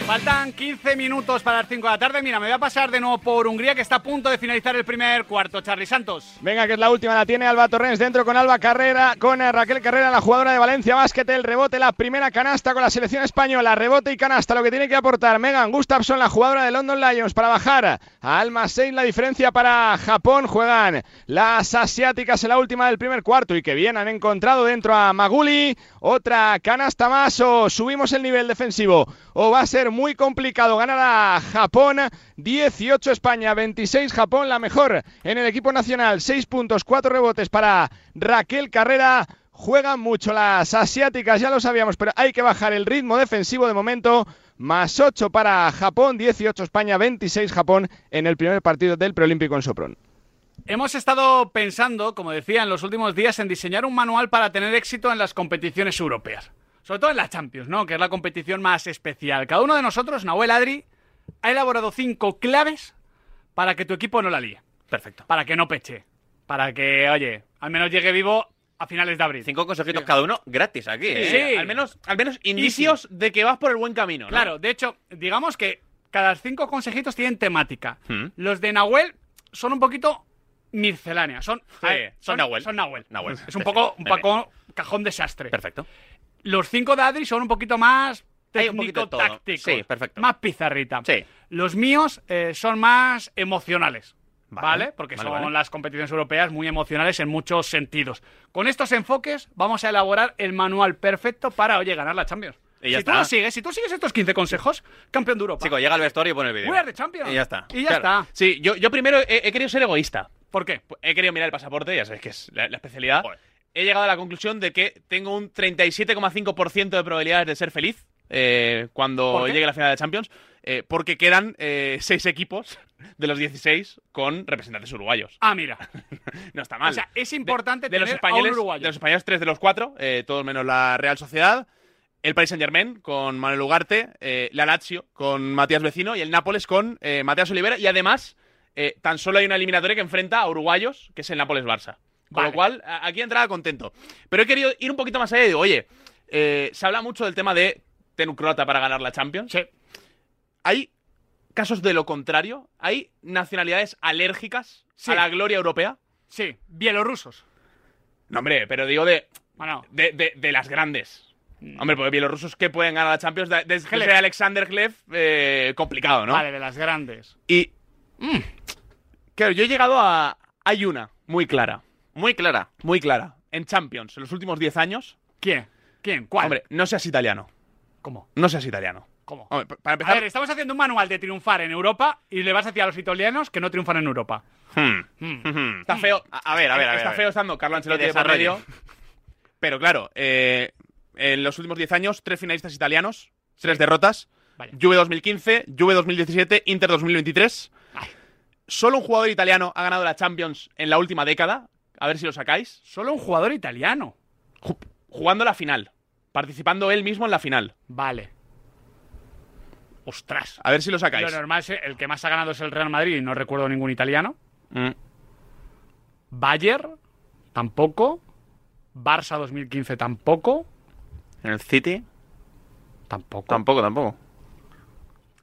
Speaker 1: Faltan 15 minutos para las 5 de la tarde. Mira, me voy a pasar de nuevo por Hungría, que está a punto de finalizar el primer cuarto. Charlie Santos.
Speaker 12: Venga, que es la última, la tiene Alba Torrens dentro con Alba Carrera, con eh, Raquel Carrera, la jugadora de Valencia Básquet, el rebote, la primera canasta con la selección española, rebote y canasta, lo que tiene que aportar Megan Gustafsson, la jugadora de London Lions, para bajar a Alma 6, la diferencia para Japón, juegan las asiáticas en la última del primer cuarto y que bien han encontrado dentro a Maguli, otra canasta más o subimos el nivel defensivo o va a ser muy complicado ganar a Japón. 18 España, 26 Japón, la mejor en el equipo nacional. 6 puntos, 4 rebotes para Raquel Carrera. Juegan mucho las asiáticas, ya lo sabíamos, pero hay que bajar el ritmo defensivo de momento. Más 8 para Japón, 18 España, 26 Japón en el primer partido del preolímpico en Sopron.
Speaker 1: Hemos estado pensando, como decía, en los últimos días en diseñar un manual para tener éxito en las competiciones europeas. Sobre todo en la Champions, ¿no? Que es la competición más especial. Cada uno de nosotros, Nahuel Adri, ha elaborado cinco claves para que tu equipo no la líe.
Speaker 5: Perfecto.
Speaker 1: Para que no peche. Para que, oye, al menos llegue vivo a finales de abril.
Speaker 5: Cinco consejitos cada uno gratis aquí. ¿eh?
Speaker 1: Sí.
Speaker 3: Al menos, al menos indicios de que vas por el buen camino. ¿no?
Speaker 1: Claro, de hecho, digamos que cada cinco consejitos tienen temática.
Speaker 5: Hmm.
Speaker 1: Los de Nahuel son un poquito misceláneas. Son, a ver,
Speaker 5: son Nahuel.
Speaker 1: Son Nahuel.
Speaker 5: Nahuel.
Speaker 1: Es un poco un
Speaker 5: Bien, bien.
Speaker 1: poco cajón desastre.
Speaker 5: Perfecto.
Speaker 1: Los cinco de Adri son un poquito más
Speaker 5: Hay un poquito de todo.
Speaker 1: técnico-tácticos.
Speaker 5: Sí, perfecto.
Speaker 1: Más pizarrita.
Speaker 5: Sí.
Speaker 1: Los míos eh, son más emocionales. Vale, porque
Speaker 5: vale,
Speaker 1: son
Speaker 5: vale.
Speaker 1: las competiciones europeas muy emocionales en muchos sentidos. Con estos enfoques vamos a elaborar el manual perfecto para, oye, ganar la Champions.
Speaker 5: Y ya
Speaker 1: si tú
Speaker 5: está.
Speaker 1: lo sigues, si tú sigues estos 15 consejos, campeón de Europa.
Speaker 5: Chico, llega al vestuario y pone el vídeo.
Speaker 1: We are the champions.
Speaker 5: Y ya está.
Speaker 1: Y ya
Speaker 3: Claro.
Speaker 1: está.
Speaker 3: Sí, yo, yo primero he, he querido ser egoísta. Pues
Speaker 1: ¿Por qué?
Speaker 3: He querido mirar el pasaporte, ya sabéis que es la, la especialidad. He llegado a la conclusión de que tengo un 37,5% de probabilidades de ser feliz eh, cuando
Speaker 1: ¿Por qué?
Speaker 3: llegue la final de Champions, eh, porque quedan 6 equipos de los 16 con representantes uruguayos.
Speaker 1: Ah, mira.
Speaker 3: [laughs] No está mal.
Speaker 1: O sea, es importante
Speaker 3: de los
Speaker 1: tener a un
Speaker 3: españoles,
Speaker 1: uruguayo.
Speaker 3: de los españoles tres de los cuatro, eh, todos menos la Real Sociedad, el Paris Saint Germain con Manuel Ugarte, eh, la Lazio con Matías Vecino y el Nápoles con eh, Matías Olivera y además eh, tan solo hay una eliminatoria que enfrenta a uruguayos, que es el Nápoles Barça. Con
Speaker 1: Vale.
Speaker 3: lo cual a- aquí entraba contento. Pero he querido ir un poquito más allá y digo, oye, eh, se habla mucho del tema de ten un croata para ganar la Champions. Hay casos de lo contrario. Hay nacionalidades alérgicas a la gloria europea.
Speaker 1: Sí, bielorrusos.
Speaker 3: No, hombre, pero digo de.
Speaker 1: Bueno.
Speaker 3: De, de- de las grandes. Hombre, porque bielorrusos que pueden ganar la Champions. de- Desde
Speaker 1: Gleb.
Speaker 3: desde Alexander Gleb, eh, complicado, ¿no?
Speaker 1: Vale, de las grandes.
Speaker 3: Y. mm, claro, yo he llegado a. Hay una muy clara.
Speaker 5: Muy clara.
Speaker 3: Muy clara. En Champions, en los últimos 10 años.
Speaker 1: ¿Quién? ¿Quién? ¿Cuál?
Speaker 3: Hombre, no seas italiano.
Speaker 1: ¿Cómo?
Speaker 3: No seas italiano.
Speaker 1: ¿Cómo?
Speaker 3: Hombre, pa- para
Speaker 1: A
Speaker 3: empezar.
Speaker 1: ver, estamos haciendo un manual de triunfar en Europa y le vas a decir a los italianos que no triunfan en Europa. Hmm. Mm.
Speaker 3: Está feo.
Speaker 5: Hmm. A, ver, a ver, a ver,
Speaker 3: Está
Speaker 5: a ver.
Speaker 3: feo estando Carlo Ancelotti
Speaker 5: Que
Speaker 3: de por
Speaker 5: desarrolle.
Speaker 3: medio. Pero claro, eh, en los últimos 10 años, tres finalistas italianos, tres derrotas. Juve 2015, Juve 2017, Inter 2023. Solo un jugador italiano ha ganado la Champions en la última década. A ver si lo sacáis.
Speaker 1: Solo un jugador italiano.
Speaker 3: Jugando la final. Participando él mismo en la final.
Speaker 1: Vale. Ostras.
Speaker 3: A ver si lo sacáis.
Speaker 1: Lo normal es eh, el que más ha ganado es el Real Madrid y no recuerdo ningún italiano.
Speaker 3: Mm.
Speaker 1: Bayern tampoco. Barça 2015 tampoco.
Speaker 5: ¿En el City?
Speaker 1: Tampoco.
Speaker 5: Tampoco, tampoco.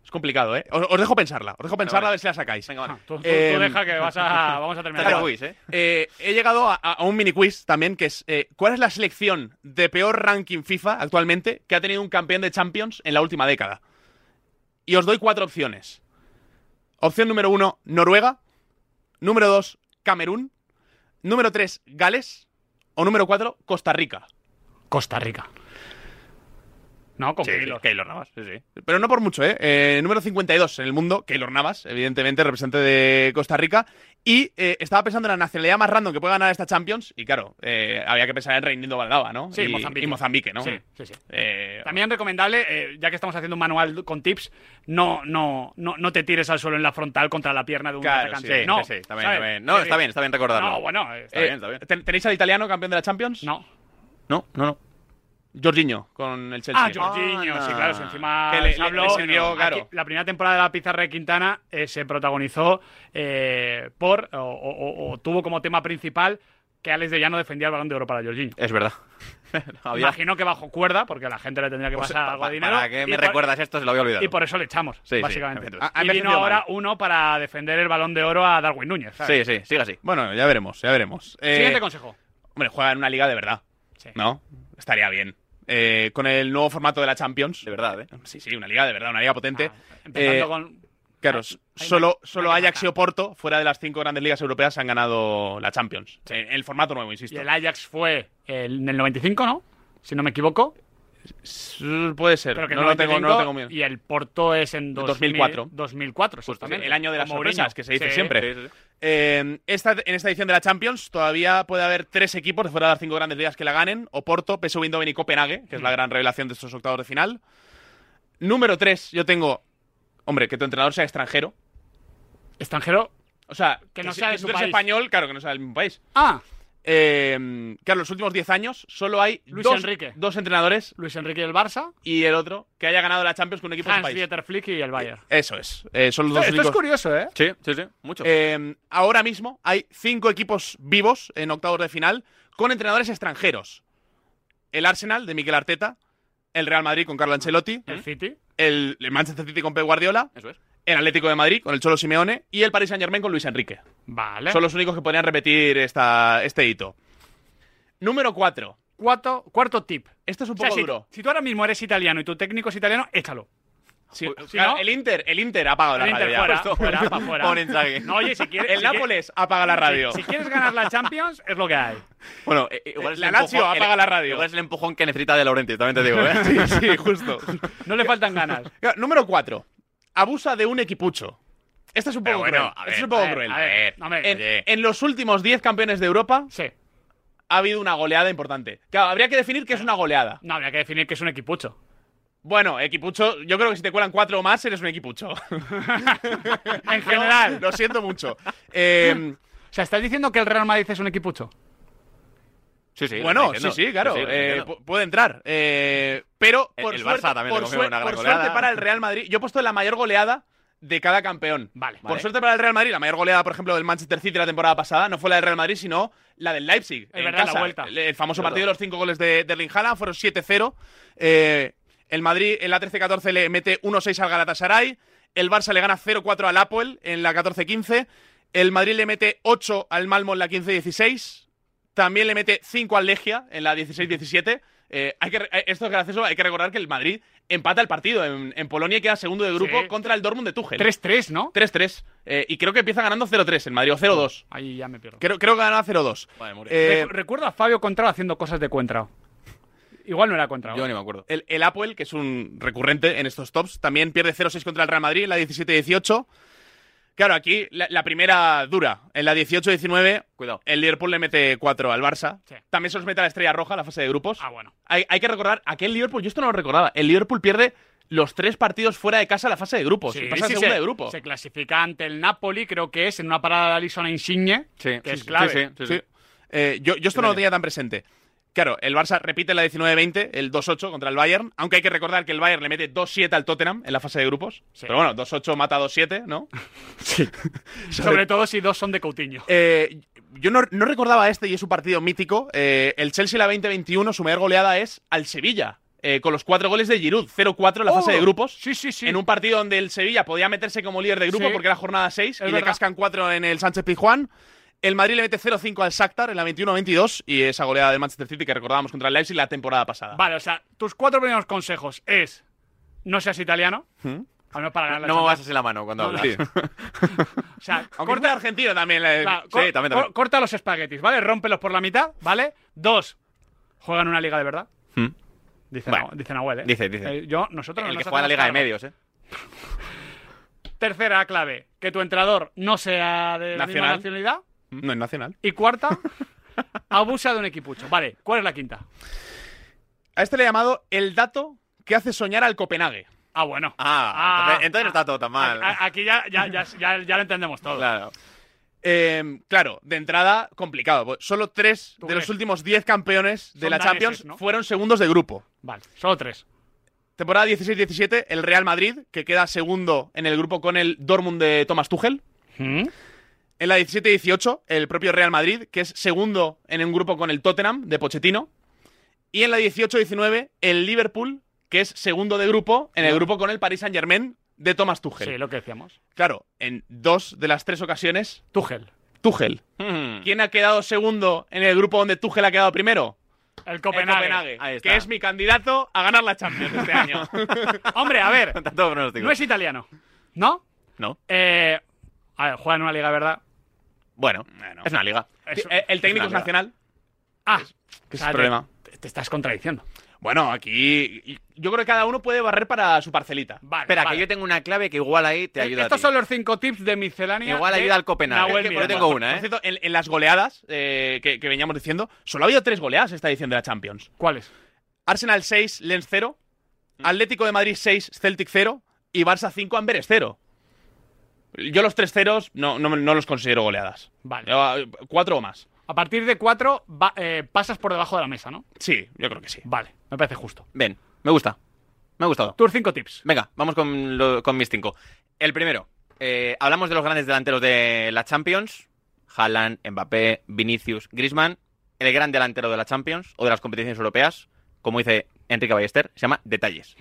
Speaker 3: Es complicado, ¿eh? Os, os dejo pensarla. Os dejo pensarla a ver si la sacáis. Venga,
Speaker 1: Tú, tú
Speaker 5: Eh,
Speaker 1: deja que
Speaker 5: [laughs]
Speaker 1: vas a- vamos a terminar. Dale quiz, ¿eh?
Speaker 3: He llegado a, a- a un mini quiz también, que es eh, ¿cuál es la selección de peor ranking FIFA actualmente que ha tenido un campeón de Champions en la última década? Y os doy cuatro opciones. Opción número uno, Noruega. Número dos, Camerún. Número tres, Gales. O número cuatro, Costa Rica.
Speaker 1: Costa Rica. No, con
Speaker 3: Sí,
Speaker 1: Keylor.
Speaker 3: Keylor Navas, sí, sí. Pero no por mucho, ¿eh? Eh, Número 52 en el mundo, Keylor Navas, evidentemente, representante de Costa Rica. Y eh, estaba pensando en la nacionalidad más random que puede ganar esta Champions. Y claro, eh, había que pensar en Reinaldo Valdava, ¿no?
Speaker 1: Sí,
Speaker 3: y,
Speaker 1: Mozambique.
Speaker 3: y Mozambique, ¿no?
Speaker 1: Sí, sí, sí.
Speaker 3: Eh,
Speaker 1: También recomendable, eh, ya que estamos haciendo un manual con tips, no, no, no, no te tires al suelo en la frontal contra la pierna de un
Speaker 3: Claro,
Speaker 1: atacante.
Speaker 3: sí,
Speaker 1: no,
Speaker 3: sí, sí, también,
Speaker 1: ¿sabes?
Speaker 3: también. No,
Speaker 1: Sí,
Speaker 3: está
Speaker 1: sí.
Speaker 3: bien, está bien recordarlo.
Speaker 1: No, bueno, eh,
Speaker 3: eh, ¿ten- ¿Tenéis al italiano campeón de la Champions?
Speaker 1: No.
Speaker 3: No, no, no. Jorginho con el Chelsea. Ah.
Speaker 1: Ah, Jorginho, sí, claro, si encima
Speaker 3: Que le-
Speaker 1: se
Speaker 3: le-
Speaker 1: habló,
Speaker 3: le sirvió,
Speaker 1: aquí,
Speaker 3: claro.
Speaker 1: la primera temporada de la Pizarra de Quintana eh, se protagonizó eh, por, o, o- o- o tuvo como tema principal que Alex de Llano defendía el balón de oro para Jorginho.
Speaker 5: Es verdad.
Speaker 3: [laughs]
Speaker 5: Había-
Speaker 1: Imagino que bajo cuerda, porque a la gente le tendría que
Speaker 5: Pues,
Speaker 1: pasar
Speaker 5: pa-
Speaker 1: algo de
Speaker 5: pa-
Speaker 1: dinero.
Speaker 5: ¿Para qué me
Speaker 1: y por-
Speaker 5: recuerdas esto? Se lo había olvidado.
Speaker 1: Y por eso le echamos,
Speaker 5: Sí, sí,
Speaker 1: básicamente.
Speaker 5: efectivamente. Ha- ha
Speaker 1: y vino
Speaker 5: envejecido
Speaker 1: ahora uno para defender el balón de oro a Darwin Núñez. ¿sabes?
Speaker 5: Sí, sí, sigue así.
Speaker 3: Bueno, ya veremos, ya veremos. Eh,
Speaker 1: Siguiente consejo.
Speaker 3: Hombre, juega en una liga de verdad. ¿No? Estaría bien. Eh, con el nuevo formato de la Champions. De verdad, ¿eh? Sí, sí, una liga de verdad, una liga potente.
Speaker 1: Ah, Empezando
Speaker 3: Eh,
Speaker 1: con. Ah,
Speaker 3: Claro, s- solo, solo Ajax y Oporto, fuera de las cinco grandes ligas europeas, han ganado la Champions. En el formato nuevo,
Speaker 1: Y
Speaker 3: insisto.
Speaker 1: el Ajax fue el- en el 95, ¿no? Si no me equivoco.
Speaker 3: Puede ser.
Speaker 1: Pero que
Speaker 3: no,
Speaker 1: el
Speaker 3: lo tengo, no lo
Speaker 1: 95
Speaker 3: tengo bien.
Speaker 1: Y el Porto es en
Speaker 3: 2004.
Speaker 1: 2004, exactamente.
Speaker 3: el año de las
Speaker 1: Como
Speaker 3: sorpresas,
Speaker 1: Mourinho.
Speaker 3: que se dice
Speaker 1: Sí.
Speaker 3: siempre.
Speaker 1: Sí, sí, sí.
Speaker 3: Eh, esta- en esta edición de la Champions todavía puede haber tres equipos de fuera de las cinco grandes ligas que la ganen. Oporto, PSV Eindhoven y Copenhague, que es la gran revelación de estos octavos de final. Número tres, yo tengo... Hombre, que tu entrenador sea extranjero.
Speaker 1: ¿Extranjero?
Speaker 3: O sea,
Speaker 1: Que no
Speaker 3: si-
Speaker 1: sea de
Speaker 3: si
Speaker 1: su
Speaker 3: tú eres
Speaker 1: país.
Speaker 3: español, claro que no sea del mismo país.
Speaker 1: Ah.
Speaker 3: Eh, claro, los últimos 10 años solo hay
Speaker 1: Luis
Speaker 3: dos,
Speaker 1: Enrique.
Speaker 3: dos entrenadores.
Speaker 1: Luis Enrique del Barça.
Speaker 3: Y el otro que haya ganado la Champions con un equipo de su
Speaker 1: Hans
Speaker 3: país.
Speaker 1: Dieter Flick y el Bayern.
Speaker 3: Eso es. Eh, son los
Speaker 1: Esto-
Speaker 3: dos
Speaker 1: esto es
Speaker 3: únicos-
Speaker 1: curioso, ¿eh?
Speaker 5: Sí, sí, sí, mucho.
Speaker 3: Eh, ahora mismo hay cinco equipos vivos en octavos de final con entrenadores extranjeros. El Arsenal de Miquel Arteta, el Real Madrid con Carlo Ancelotti, ¿Mm?
Speaker 1: el City,
Speaker 3: el, Manchester City con Pep Guardiola, el Atlético de Madrid con el Cholo Simeone y el Paris Saint Germain con Luis Enrique.
Speaker 1: Vale.
Speaker 3: Son los únicos que podrían repetir esta,
Speaker 1: [laughs]
Speaker 3: este hito. Número 4.
Speaker 1: Cuarto, cuarto tip.
Speaker 3: Esto es un
Speaker 1: O sea,
Speaker 3: poco
Speaker 1: si-
Speaker 3: duro.
Speaker 1: Si, tú ahora mismo eres italiano y tu técnico es italiano, échalo. si no-
Speaker 3: el Inter, el Inter ha apagado la
Speaker 1: El Inter
Speaker 3: radio. ya.
Speaker 1: fuera,
Speaker 3: Puesto-
Speaker 1: fuera,
Speaker 3: [laughs]
Speaker 1: pa' fuera.
Speaker 3: Pon Inzaghi.
Speaker 1: No, oye, si quieres-
Speaker 3: El
Speaker 1: si
Speaker 3: Nápoles apaga la radio.
Speaker 1: Si, si quieres ganar la Champions, es lo que hay.
Speaker 5: Bueno, eh, igual es
Speaker 1: La
Speaker 5: el
Speaker 1: Lazio,
Speaker 5: empujón-
Speaker 1: apaga
Speaker 5: el-
Speaker 1: la radio.
Speaker 5: Igual es el empujón que necesita de Laurenti, también te digo, ¿eh?
Speaker 3: sí, sí, justo.
Speaker 1: No le faltan [laughs] ganas.
Speaker 3: Número 4. Abusa de un equipucho. Esto es un poco
Speaker 1: bueno,
Speaker 3: cruel.
Speaker 1: a
Speaker 3: Esto es
Speaker 1: ver,
Speaker 3: un poco
Speaker 1: a ver,
Speaker 3: cruel.
Speaker 1: a ver, no me-
Speaker 3: en,
Speaker 1: oye.
Speaker 3: en los últimos 10 campeones de Europa ha habido una goleada importante. Claro, habría que definir qué es una goleada.
Speaker 1: No, habría que definir que es un equipucho.
Speaker 3: Bueno, equipucho, yo creo que si te cuelan cuatro o más, eres un equipucho.
Speaker 1: [laughs]
Speaker 3: [laughs]
Speaker 1: en general.
Speaker 3: Lo
Speaker 1: [laughs]
Speaker 3: siento mucho. Eh,
Speaker 1: o sea, ¿estás diciendo que el Real Madrid es un equipucho?
Speaker 5: Sí, sí. lo
Speaker 3: bueno,
Speaker 5: está
Speaker 3: sí,
Speaker 5: diciendo.
Speaker 3: sí, claro.
Speaker 5: lo está
Speaker 3: eh,
Speaker 5: diciendo.
Speaker 3: pu- puede entrar. [laughs] Eh, pero
Speaker 5: El-
Speaker 3: por
Speaker 5: el Barça
Speaker 3: suerte,
Speaker 5: también le
Speaker 3: por,
Speaker 5: cogió una
Speaker 3: suer-
Speaker 5: gran
Speaker 3: por
Speaker 5: goleada.
Speaker 3: suerte para el Real Madrid, yo he puesto la mayor goleada de cada campeón.
Speaker 1: Vale.
Speaker 3: Por suerte para el Real Madrid, la mayor goleada, por ejemplo, del Manchester City la temporada pasada no fue la del Real Madrid, sino la del Leipzig.
Speaker 1: Es
Speaker 3: en
Speaker 1: verdad, la
Speaker 3: casa.
Speaker 1: vuelta.
Speaker 3: El, el famoso
Speaker 1: Claro.
Speaker 3: partido de los cinco goles de, de Erling Haaland fueron 7-0. Eh, el Madrid en la 13-14 le mete 1-6 al Galatasaray. El Barça le gana 0-4 al Apple en la 14-15. El Madrid le mete 8 al Malmo en la 15-16. También le mete 5 al Legia en la 16-17. Eh, hay que re- eh, esto es gracioso, hay que recordar que el Madrid empata el partido en, en Polonia y queda segundo de grupo
Speaker 1: Sí.
Speaker 3: contra el Dortmund de Tuchel.
Speaker 1: 3-3, ¿no?
Speaker 3: 3-3. Eh, y creo que empieza ganando 0-3 el Madrid, o 0-2.
Speaker 1: Ahí ya me pierdo.
Speaker 3: Creo, creo que ganaba 0-2.
Speaker 1: Recu- Recuerdo a Fabio Contrao haciendo cosas de Contrao. Igual no era contra
Speaker 3: Yo ni me acuerdo. El, el Apoel, que es un recurrente en estos tops, también pierde 0-6 contra el Real Madrid en la 17-18. Claro, aquí la, la primera dura. En la 18-19, el Liverpool le mete 4 al Barça. También se los mete a la Estrella Roja, la fase de grupos. Ah, bueno. Hay, hay que recordar, aquel Liverpool, yo esto no lo recordaba, el Liverpool pierde los tres partidos fuera de casa en la fase de grupos.
Speaker 1: Sí,
Speaker 3: Pues pasa a
Speaker 1: sí,
Speaker 3: segunda
Speaker 1: se-
Speaker 3: de grupo.
Speaker 1: Se clasifica ante el Napoli, creo que es, en una parada de Alisson a Insigne, que es clave.
Speaker 3: Sí. Eh, yo, yo esto no lo tenía tan presente. Claro, el Barça repite la 19-20, el 2-8 contra el Bayern, aunque hay que recordar que el Bayern le mete 2-7 al Tottenham en la fase de grupos.
Speaker 1: Sí.
Speaker 3: Pero bueno, 2-8 mata 2-7, ¿no?
Speaker 1: Sí. Sobre
Speaker 3: Sobre-
Speaker 1: todo si dos son de Coutinho.
Speaker 3: Eh, yo no, no recordaba este y es un partido mítico. Eh, el Chelsea la 20-21, su mayor goleada es al Sevilla. eh, con los cuatro goles de Giroud, 0-4 en la
Speaker 1: Oh,
Speaker 3: fase de grupos.
Speaker 1: Sí, sí, sí.
Speaker 3: En un partido donde el Sevilla podía meterse como líder de grupo
Speaker 1: Sí.
Speaker 3: porque era jornada 6
Speaker 1: Es
Speaker 3: y le
Speaker 1: verdad.
Speaker 3: cascan 4 en el Sánchez Pizjuán. El Madrid le mete 0-5 al Shakhtar en la 21-22 y esa goleada del Manchester City que recordábamos contra el Leipzig la temporada pasada.
Speaker 1: Vale, o sea, tus cuatro primeros consejos es no seas italiano, al menos para ganar la
Speaker 5: No me
Speaker 1: Champions.
Speaker 5: bases en la mano cuando
Speaker 1: No,
Speaker 5: hablas.
Speaker 1: no. O sea, corta
Speaker 3: Argentina eh, también. la-
Speaker 1: Claro,
Speaker 5: sí,
Speaker 1: cor-
Speaker 5: también,
Speaker 1: cor-
Speaker 5: también.
Speaker 1: corta los espaguetis, ¿vale? Rómpelos por la mitad, ¿vale? Dos, juegan una liga de verdad.
Speaker 5: Hmm.
Speaker 1: Dice,
Speaker 5: Bueno.
Speaker 1: Nahu- dice Nahuel, ¿eh?
Speaker 5: Dice, dice.
Speaker 1: Eh, yo, nosotros no
Speaker 5: El
Speaker 1: nos
Speaker 5: que juega en la Liga
Speaker 1: hacemos
Speaker 5: de
Speaker 1: cargo.
Speaker 5: Medios, ¿eh?
Speaker 1: Tercera clave, que tu entrenador no sea de la misma
Speaker 3: Nacional.
Speaker 1: nacionalidad.
Speaker 3: No es nacional.
Speaker 1: Y cuarta, [laughs] abusa de un equipucho. Vale, ¿cuál es la quinta?
Speaker 3: A este le he llamado el dato que hace soñar al Copenhague.
Speaker 1: Ah, bueno.
Speaker 5: Ah,
Speaker 1: Ah,
Speaker 5: entonces, entonces no está todo tan mal.
Speaker 1: A- Aquí ya, ya, ya, ya, ya lo entendemos todo.
Speaker 5: Claro.
Speaker 3: Eh, claro, de entrada, complicado. pues Solo tres de los últimos diez campeones de
Speaker 1: Son
Speaker 3: la
Speaker 1: daneses,
Speaker 3: Champions
Speaker 1: ¿no?
Speaker 3: fueron segundos de grupo.
Speaker 1: Vale, solo tres.
Speaker 3: Temporada 16-17, el Real Madrid, que queda segundo en el grupo con el Dortmund de Thomas Tuchel. En la 17-18, el propio Real Madrid, que es segundo en un grupo con el Tottenham de Pochettino. Y en la 18-19, el Liverpool, que es segundo de grupo en el grupo con el Paris Saint-Germain de Thomas Tuchel.
Speaker 1: Sí, lo que decíamos.
Speaker 3: Claro, en dos de las tres ocasiones.
Speaker 1: Tuchel.
Speaker 3: Tuchel. ¿Quién ha quedado segundo en el grupo donde Tuchel ha quedado primero?
Speaker 1: El Copenhague.
Speaker 3: Copenhague,
Speaker 1: Ahí está.
Speaker 3: que es mi candidato a ganar la Champions este año.
Speaker 1: [laughs] Hombre, a ver,
Speaker 5: Tanto pronóstico.
Speaker 1: no es italiano. ¿No?
Speaker 5: No.
Speaker 1: Eh, a ver, juega en una liga, ¿verdad?
Speaker 5: Bueno, es una liga.
Speaker 1: Es-
Speaker 3: Eh, el técnico es
Speaker 1: una liga.
Speaker 3: nacional.
Speaker 1: Ah,
Speaker 3: ¿Qué es
Speaker 1: o sea,
Speaker 3: el problema?
Speaker 1: Te, te estás contradiciendo.
Speaker 3: Bueno, aquí yo creo que cada uno puede barrer para su parcelita. Eh,
Speaker 5: Espera, que yo tengo una clave que igual ahí te ayuda. a
Speaker 1: Estos
Speaker 5: ti.
Speaker 1: son los cinco tips de miscelánea.
Speaker 5: Igual ayuda al Copenhague.
Speaker 1: Nahuel
Speaker 5: Es que yo
Speaker 1: Miranda.
Speaker 5: tengo una, ¿eh?
Speaker 3: Por cierto, en, en las goleadas eh, que, que veníamos diciendo, solo ha habido tres goleadas esta edición de la Champions.
Speaker 1: ¿Cuáles?
Speaker 3: Arsenal 6, Lens 0.
Speaker 5: Mm.
Speaker 3: Atlético de Madrid 6, Celtic 0. Y Barça 5, Amberes 0. Yo los tres ceros no, no, me- no los considero goleadas.
Speaker 1: Vale.
Speaker 3: Yo, eh, cuatro o más.
Speaker 1: A partir de cuatro va- eh, pasas por debajo de la mesa, ¿no?
Speaker 3: Sí, yo creo que sí.
Speaker 1: Vale, me parece justo.
Speaker 5: Ven, me gusta. Me ha gustado.
Speaker 1: Tus cinco tips.
Speaker 5: Venga, vamos con, lo- con mis cinco. El primero, eh, hablamos de los grandes delanteros de la Champions. Haaland, Mbappé, Vinicius, Griezmann. El gran delantero de la Champions o de las competiciones europeas, como dice Enrique Ballester, se llama detalles.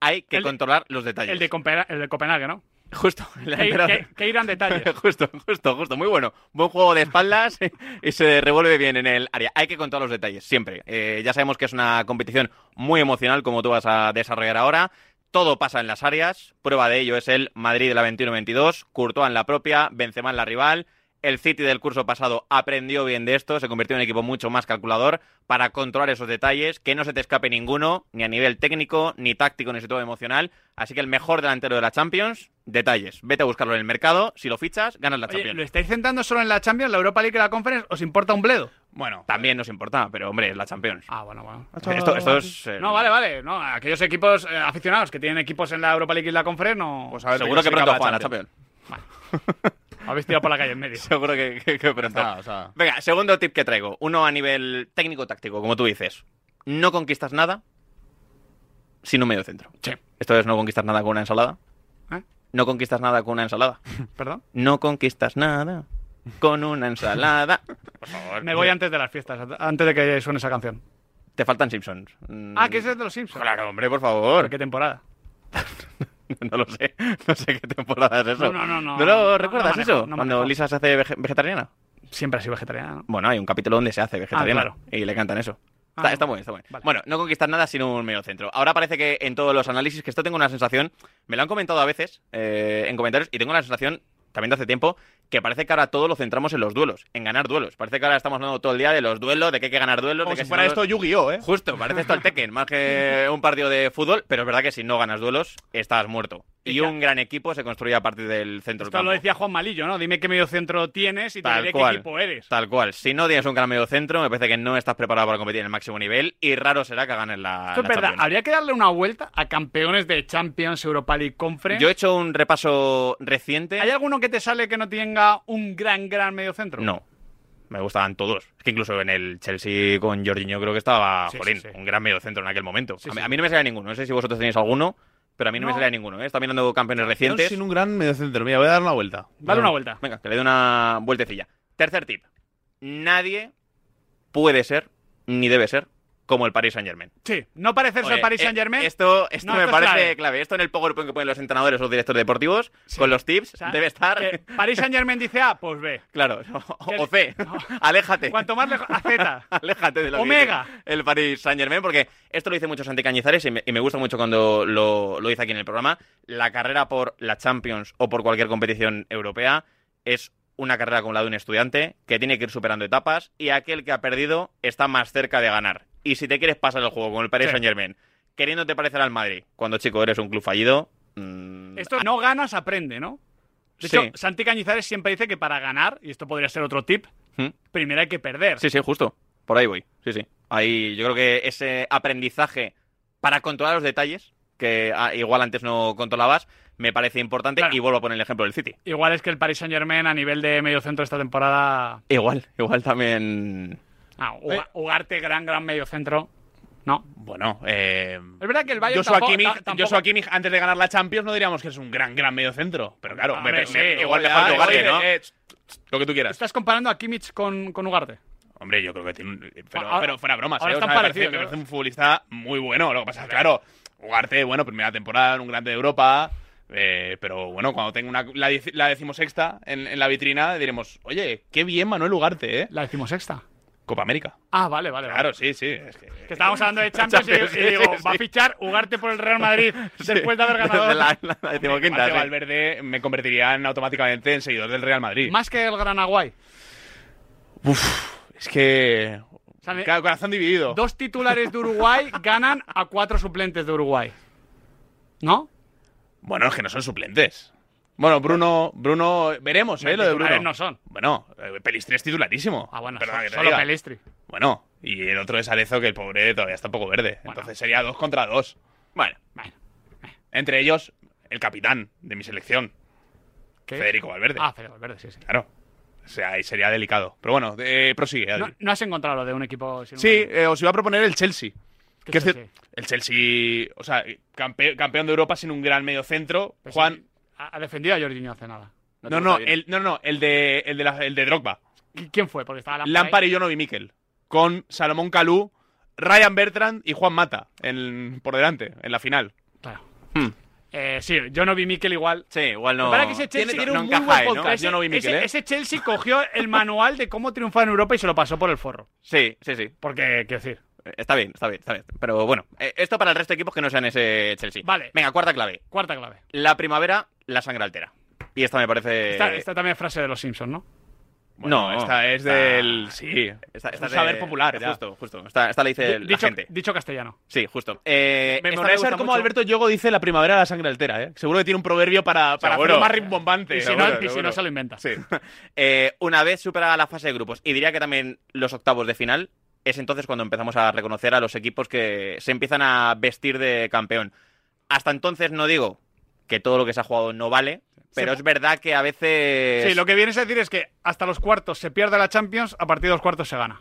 Speaker 5: Hay que
Speaker 1: El de-
Speaker 5: controlar los detalles.
Speaker 1: El de, Compe- el de Copenhague,
Speaker 5: [laughs]
Speaker 1: ¿no? [laughs]
Speaker 5: Justo. el
Speaker 1: Que,
Speaker 5: delantero-
Speaker 1: que- que
Speaker 5: [laughs]
Speaker 1: irán detalles.
Speaker 5: justo, justo, justo. Muy bueno. Buen juego de espaldas [laughs] y se revuelve bien en el área. Hay que contar los detalles, siempre. Eh, ya sabemos que es una competición muy emocional, como tú vas a desarrollar ahora. Todo pasa en las áreas. Prueba de ello es el Madrid de la 21-22, Courtois en la propia, Benzema en la rival. El City del curso pasado aprendió bien de esto, se convirtió en un equipo mucho más calculador para controlar esos detalles, que no se te escape ninguno, ni a nivel técnico, ni táctico, ni todo emocional. Así que el mejor delantero de la Champions, detalles. Vete a buscarlo en el mercado, si lo fichas, ganas la
Speaker 1: Oye,
Speaker 5: Champions.
Speaker 1: ¿Lo estáis centrando solo en la Champions, la Europa League y la Conference? ¿Os importa un bledo?
Speaker 3: Bueno.
Speaker 5: También nos importa, pero hombre, es la Champions.
Speaker 1: Ah, bueno, bueno.
Speaker 5: Esto, esto es... eh,
Speaker 1: No, vale, vale. No, aquellos equipos eh, aficionados que tienen equipos en la Europa League y la Conference, no.
Speaker 5: Pues Seguro que pronto juegan la Champions.
Speaker 1: [laughs] Habéis tirado por la calle en medio.
Speaker 5: Seguro que, que- que pronto.
Speaker 1: Ah, o sea.
Speaker 5: Venga, segundo tip que traigo. Uno a nivel técnico-táctico, como tú dices. No conquistas nada sin un medio centro. Esto es no conquistas nada con una ensalada.
Speaker 1: ¿Eh?
Speaker 5: No conquistas nada con una ensalada.
Speaker 1: [laughs] ¿Perdón?
Speaker 5: No conquistas nada con una ensalada. Por favor.
Speaker 1: Me voy antes de las fiestas, [laughs] antes de que suene esa canción.
Speaker 5: Te faltan Simpsons.
Speaker 1: Ah, que ese es de los Simpsons.
Speaker 5: Claro, hombre, por favor.
Speaker 1: ¿Qué temporada?
Speaker 5: [laughs] No lo sé. No sé qué temporada es eso.
Speaker 1: No, no, no, no.
Speaker 5: ¿No
Speaker 1: No, no
Speaker 5: lo recuerdas
Speaker 1: manejo,
Speaker 5: eso?
Speaker 1: no
Speaker 5: Cuando
Speaker 1: manejo.
Speaker 5: Lisa se hace vege- vegetariana.
Speaker 1: Siempre ha sido vegetariana, ¿no?
Speaker 5: Bueno, hay un capítulo donde se hace vegetariana
Speaker 1: Ah, claro.
Speaker 5: y le cantan eso. Está,
Speaker 1: Ah, no.
Speaker 5: está muy bien, está muy bien. Bueno, no conquistas nada sin un medio centro. Ahora parece que en todos los análisis, que esto tengo una sensación, me lo han comentado a veces eh, en comentarios y tengo la sensación también de hace tiempo, que parece que ahora todo lo centramos en los duelos, en ganar duelos. Parece que ahora estamos hablando todo el día de los duelos, de que hay que ganar duelos.
Speaker 3: Como
Speaker 5: de que
Speaker 3: si fuera
Speaker 5: no los-
Speaker 3: esto Yu-Gi-Oh, ¿eh?
Speaker 5: Justo, parece esto el Tekken, más que un partido de fútbol, pero es verdad que si no ganas duelos, estás muerto. Y un gran equipo se construye a partir del centro del
Speaker 1: Esto lo
Speaker 5: campo.
Speaker 1: decía Juan Malillo, ¿no? Dime qué medio centro tienes y te diré qué equipo eres.
Speaker 5: Tal cual. Si no tienes un gran medio centro, me parece que no estás preparado para competir en el máximo nivel y raro será que ganes la.
Speaker 1: Esto es
Speaker 5: la
Speaker 1: verdad,
Speaker 5: Champions.
Speaker 1: habría que darle una vuelta a campeones de Champions, Europa League Conference.
Speaker 5: Yo he hecho un repaso reciente.
Speaker 1: ¿Hay alguno que te sale que no tenga un gran, gran medio centro?
Speaker 5: No. Me gustaban todos. Es que incluso en el Chelsea con Jorginho creo que estaba,
Speaker 1: Sí,
Speaker 5: jolín,
Speaker 1: sí, sí.
Speaker 5: un gran medio centro en aquel momento.
Speaker 1: Sí,
Speaker 5: a, mí,
Speaker 1: sí.
Speaker 5: a mí no me salía ninguno. No sé si vosotros tenéis alguno, pero a mí no, me
Speaker 3: No.
Speaker 5: salía ninguno. ¿eh? Está mirando campeones recientes.
Speaker 3: Sin un gran mediocentro. Mira, voy a dar una vuelta.
Speaker 5: Dale una vuelta. Venga, que le dé una vueltecilla. Tercer tip. Nadie puede ser, ni debe ser, como el Paris Saint-Germain.
Speaker 1: Sí, no parecerse
Speaker 5: Oye,
Speaker 1: al Paris
Speaker 5: eh,
Speaker 1: Saint Germain.
Speaker 5: Esto, esto me parece clave.
Speaker 1: que
Speaker 5: Esto en el PowerPoint que ponen los entrenadores o los directores deportivos, con los tips, debe estar.
Speaker 1: eh, Paris Saint Germain dice A, pues B.
Speaker 5: Claro, [laughs] o
Speaker 1: [laughs]
Speaker 5: C. Aléjate.
Speaker 1: Cuanto más lejos. A Z.
Speaker 5: [laughs] Aléjate de lo que
Speaker 1: Omega.
Speaker 5: dice el Paris Saint Germain, porque esto lo dice mucho Santi Cañizares y me, y me gusta mucho cuando lo, lo dice aquí en el programa. La carrera por la Champions o por cualquier competición europea es una carrera como la de un estudiante que tiene que ir superando etapas y aquel que ha perdido está más cerca de ganar. Y si te quieres pasar el juego con el Paris
Speaker 1: Sí.
Speaker 5: Saint Germain, queriéndote parecer al Madrid, cuando chico eres un club fallido, mm,
Speaker 1: Esto no ganas, aprende, ¿no? De
Speaker 5: Sí.
Speaker 1: hecho, Santi Cañizares siempre dice que para ganar, y esto podría ser otro tip,
Speaker 5: ¿Mm?
Speaker 1: primero hay que perder.
Speaker 5: Sí, sí, justo. Por ahí voy. Sí, sí. Ahí yo creo que ese aprendizaje para controlar los detalles, que ah, igual antes no controlabas, me parece importante. Y vuelvo a poner el ejemplo del City.
Speaker 1: Igual es que el Paris Saint Germain a nivel de medio centro esta temporada.
Speaker 5: Igual, igual también.
Speaker 1: Ah, Uga- Ugarte, gran, gran medio centro. No.
Speaker 3: Eh. Bueno, eh.
Speaker 1: Es verdad que el Bayern
Speaker 3: Joshua
Speaker 1: tampoco-
Speaker 3: Kimmich,
Speaker 1: ta- tampoco-
Speaker 3: Joshua Kimmich, antes de ganar la Champions, no diríamos que es un gran, gran mediocentro. Pero claro,
Speaker 1: Hombre, sí,
Speaker 3: igual
Speaker 1: igual
Speaker 3: me
Speaker 1: ya,
Speaker 3: falta Ugarte,
Speaker 1: oye,
Speaker 3: ¿no?
Speaker 1: eh,
Speaker 3: lo que tú quieras.
Speaker 1: Estás comparando a Kimmich con, con Ugarte.
Speaker 3: Hombre, yo creo que tiene. un- Pero,
Speaker 1: Ah,
Speaker 3: pero fuera bromas.
Speaker 1: ahora
Speaker 3: ¿eh? O
Speaker 1: están
Speaker 3: sea, me, parece,
Speaker 1: parecidos,
Speaker 3: me
Speaker 1: ¿no?
Speaker 3: parece un futbolista muy bueno. Lo que pasa es que, claro, jugarte, bueno, primera temporada en un grande de Europa. eh, pero bueno, cuando tenga una, la, dec- la decimosexta en, en la vitrina, diremos, oye, qué bien Manuel Ugarte, ¿eh?
Speaker 1: La decimosexta.
Speaker 3: Copa América.
Speaker 1: Ah, vale, vale. vale.
Speaker 3: Claro, sí, sí. es que-
Speaker 1: Que estábamos
Speaker 3: [laughs]
Speaker 1: hablando de Champions y-
Speaker 3: Champions,
Speaker 1: y,
Speaker 3: sí,
Speaker 1: digo,
Speaker 3: sí,
Speaker 1: va a
Speaker 3: sí.
Speaker 1: fichar Ugarte por el Real Madrid
Speaker 3: [laughs] Sí.
Speaker 1: después de haber ganado.
Speaker 3: La, la- la decimoquinta,
Speaker 1: sí.
Speaker 3: Valverde me convertiría en- automáticamente en seguidor del Real Madrid.
Speaker 1: Más que el Gran Aguay.
Speaker 3: Es que.
Speaker 1: sea,
Speaker 3: Claro, corazón dividido.
Speaker 1: Dos titulares de
Speaker 3: [laughs]
Speaker 1: Uruguay ganan a cuatro suplentes de Uruguay. ¿No?
Speaker 3: Bueno, es que no son suplentes. Bueno, Bruno, Bruno, veremos, ¿eh? Lo de Bruno.
Speaker 1: Titulares no son.
Speaker 3: Bueno, eh, Pelistri es titularísimo. Ah, bueno,
Speaker 1: so- solo Pelistri.
Speaker 3: Bueno, y el otro es Arezo, que el pobre todavía está un poco verde. Entonces sería dos contra dos. Bueno,
Speaker 1: bueno.
Speaker 3: Entre ellos, el capitán de mi selección, Federico Valverde.
Speaker 1: Ah, Federico Valverde, sí, sí.
Speaker 3: Claro. O sea, ahí sería delicado. Pero bueno, eh, prosigue. Adri.
Speaker 1: No, no has encontrado lo de un equipo sin un-
Speaker 3: Sí, eh, os iba a proponer el Chelsea.
Speaker 1: ¿Qué
Speaker 3: Que es
Speaker 1: Chelsea?
Speaker 3: que- el Chelsea, o sea, campe- campeón de Europa sin un gran medio centro. Juan.
Speaker 1: Pues Ha ha defendido a Jorginho hace nada.
Speaker 3: No, no, el, no, no, el de, el de, la- el de Drogba.
Speaker 1: ¿Qui- ¿Quién fue? Porque estaba Lampard
Speaker 3: Lampard
Speaker 1: ahí.
Speaker 3: y Jonovi Mikel. Con Salomón Calú, Ryan Bertrand y Juan Mata en- por delante, en la final. Hmm.
Speaker 1: Claro. Eh, sí, yo no vi Mikel igual.
Speaker 5: Sí, igual
Speaker 3: no-
Speaker 1: Para que ese Chelsea
Speaker 3: Tiene-
Speaker 1: tiene
Speaker 3: no
Speaker 1: un
Speaker 3: encaja
Speaker 1: muy buen
Speaker 3: ahí, ¿no?
Speaker 1: contra- ese-
Speaker 3: Yo no vi Mikel,
Speaker 1: ese-
Speaker 3: ¿eh?
Speaker 1: ese Chelsea cogió el manual de cómo triunfar en Europa y se lo pasó por el forro.
Speaker 5: Sí, sí, sí.
Speaker 1: Porque, quiero decir.
Speaker 5: Está bien, está bien, está bien. Pero bueno, eh, esto para el resto de equipos que no sean ese Chelsea.
Speaker 1: Vale.
Speaker 5: Venga, cuarta clave.
Speaker 1: Cuarta clave.
Speaker 5: La primavera, la sangre altera. Y esta me parece.
Speaker 1: Esta, esta también es frase de los Simpsons, ¿no?
Speaker 5: no,
Speaker 3: Eh, esta es del- Sí.
Speaker 5: Esta,
Speaker 1: Es
Speaker 5: esta
Speaker 1: un
Speaker 5: de-
Speaker 1: saber popular, ya.
Speaker 5: Justo, justo. Esta, esta la dice
Speaker 1: Di-
Speaker 5: la
Speaker 1: dicho,
Speaker 5: gente.
Speaker 1: dicho castellano.
Speaker 5: Sí, justo. Eh,
Speaker 3: Me
Speaker 5: esta
Speaker 3: gustaría
Speaker 5: gusta
Speaker 3: saber cómo
Speaker 5: mucho.
Speaker 3: Alberto Yogo dice la primavera de la sangre altera, ¿eh? Seguro que tiene un proverbio para, para
Speaker 5: Seguro.
Speaker 3: hacerlo más rimbombante.
Speaker 5: Y si no- y si no, se lo
Speaker 1: inventa.
Speaker 3: Sí.
Speaker 5: [laughs] Eh, una vez superada la fase de grupos, y diría que también los octavos de final, es entonces cuando empezamos a reconocer a los equipos que se empiezan a vestir de campeón. Hasta entonces no digo que todo lo que se ha jugado no vale, pero
Speaker 1: Se-
Speaker 5: es verdad que a veces...
Speaker 1: Sí, lo que vienes a decir es que hasta los cuartos se pierde la Champions, a partir de los cuartos se gana.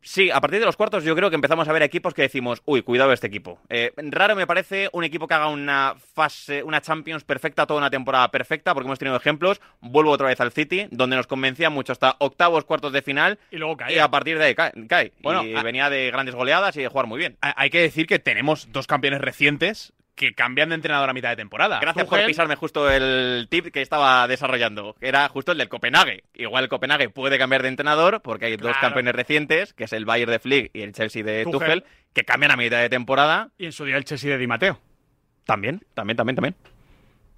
Speaker 5: Sí, a partir de los cuartos yo creo que empezamos a ver equipos que decimos, uy, cuidado este equipo. Eh, raro me parece un equipo que haga una fase, una Champions perfecta, toda una temporada perfecta, porque hemos tenido ejemplos. Vuelvo otra vez al City, donde nos convencía mucho hasta octavos, cuartos de final.
Speaker 1: Y luego
Speaker 5: Y a partir de ahí cae. cae.
Speaker 3: Bueno,
Speaker 5: y
Speaker 3: a-
Speaker 5: venía de grandes goleadas y de jugar muy bien.
Speaker 3: Ha- Hay que decir que tenemos dos campeones recientes que cambian de entrenador a mitad de temporada.
Speaker 5: Gracias por
Speaker 3: Ah, Tuchel-
Speaker 5: pisarme justo el tip que estaba desarrollando, que era justo el del Copenhague. Igual el Copenhague puede cambiar de entrenador porque hay dos
Speaker 1: Claro.
Speaker 5: campeones recientes, que es el Bayern de Flick y el Chelsea de
Speaker 1: Tuchel.
Speaker 5: Tuchel, que cambian a mitad de temporada.
Speaker 1: Y en su día el Chelsea de Di Matteo.
Speaker 5: También, también, también, también.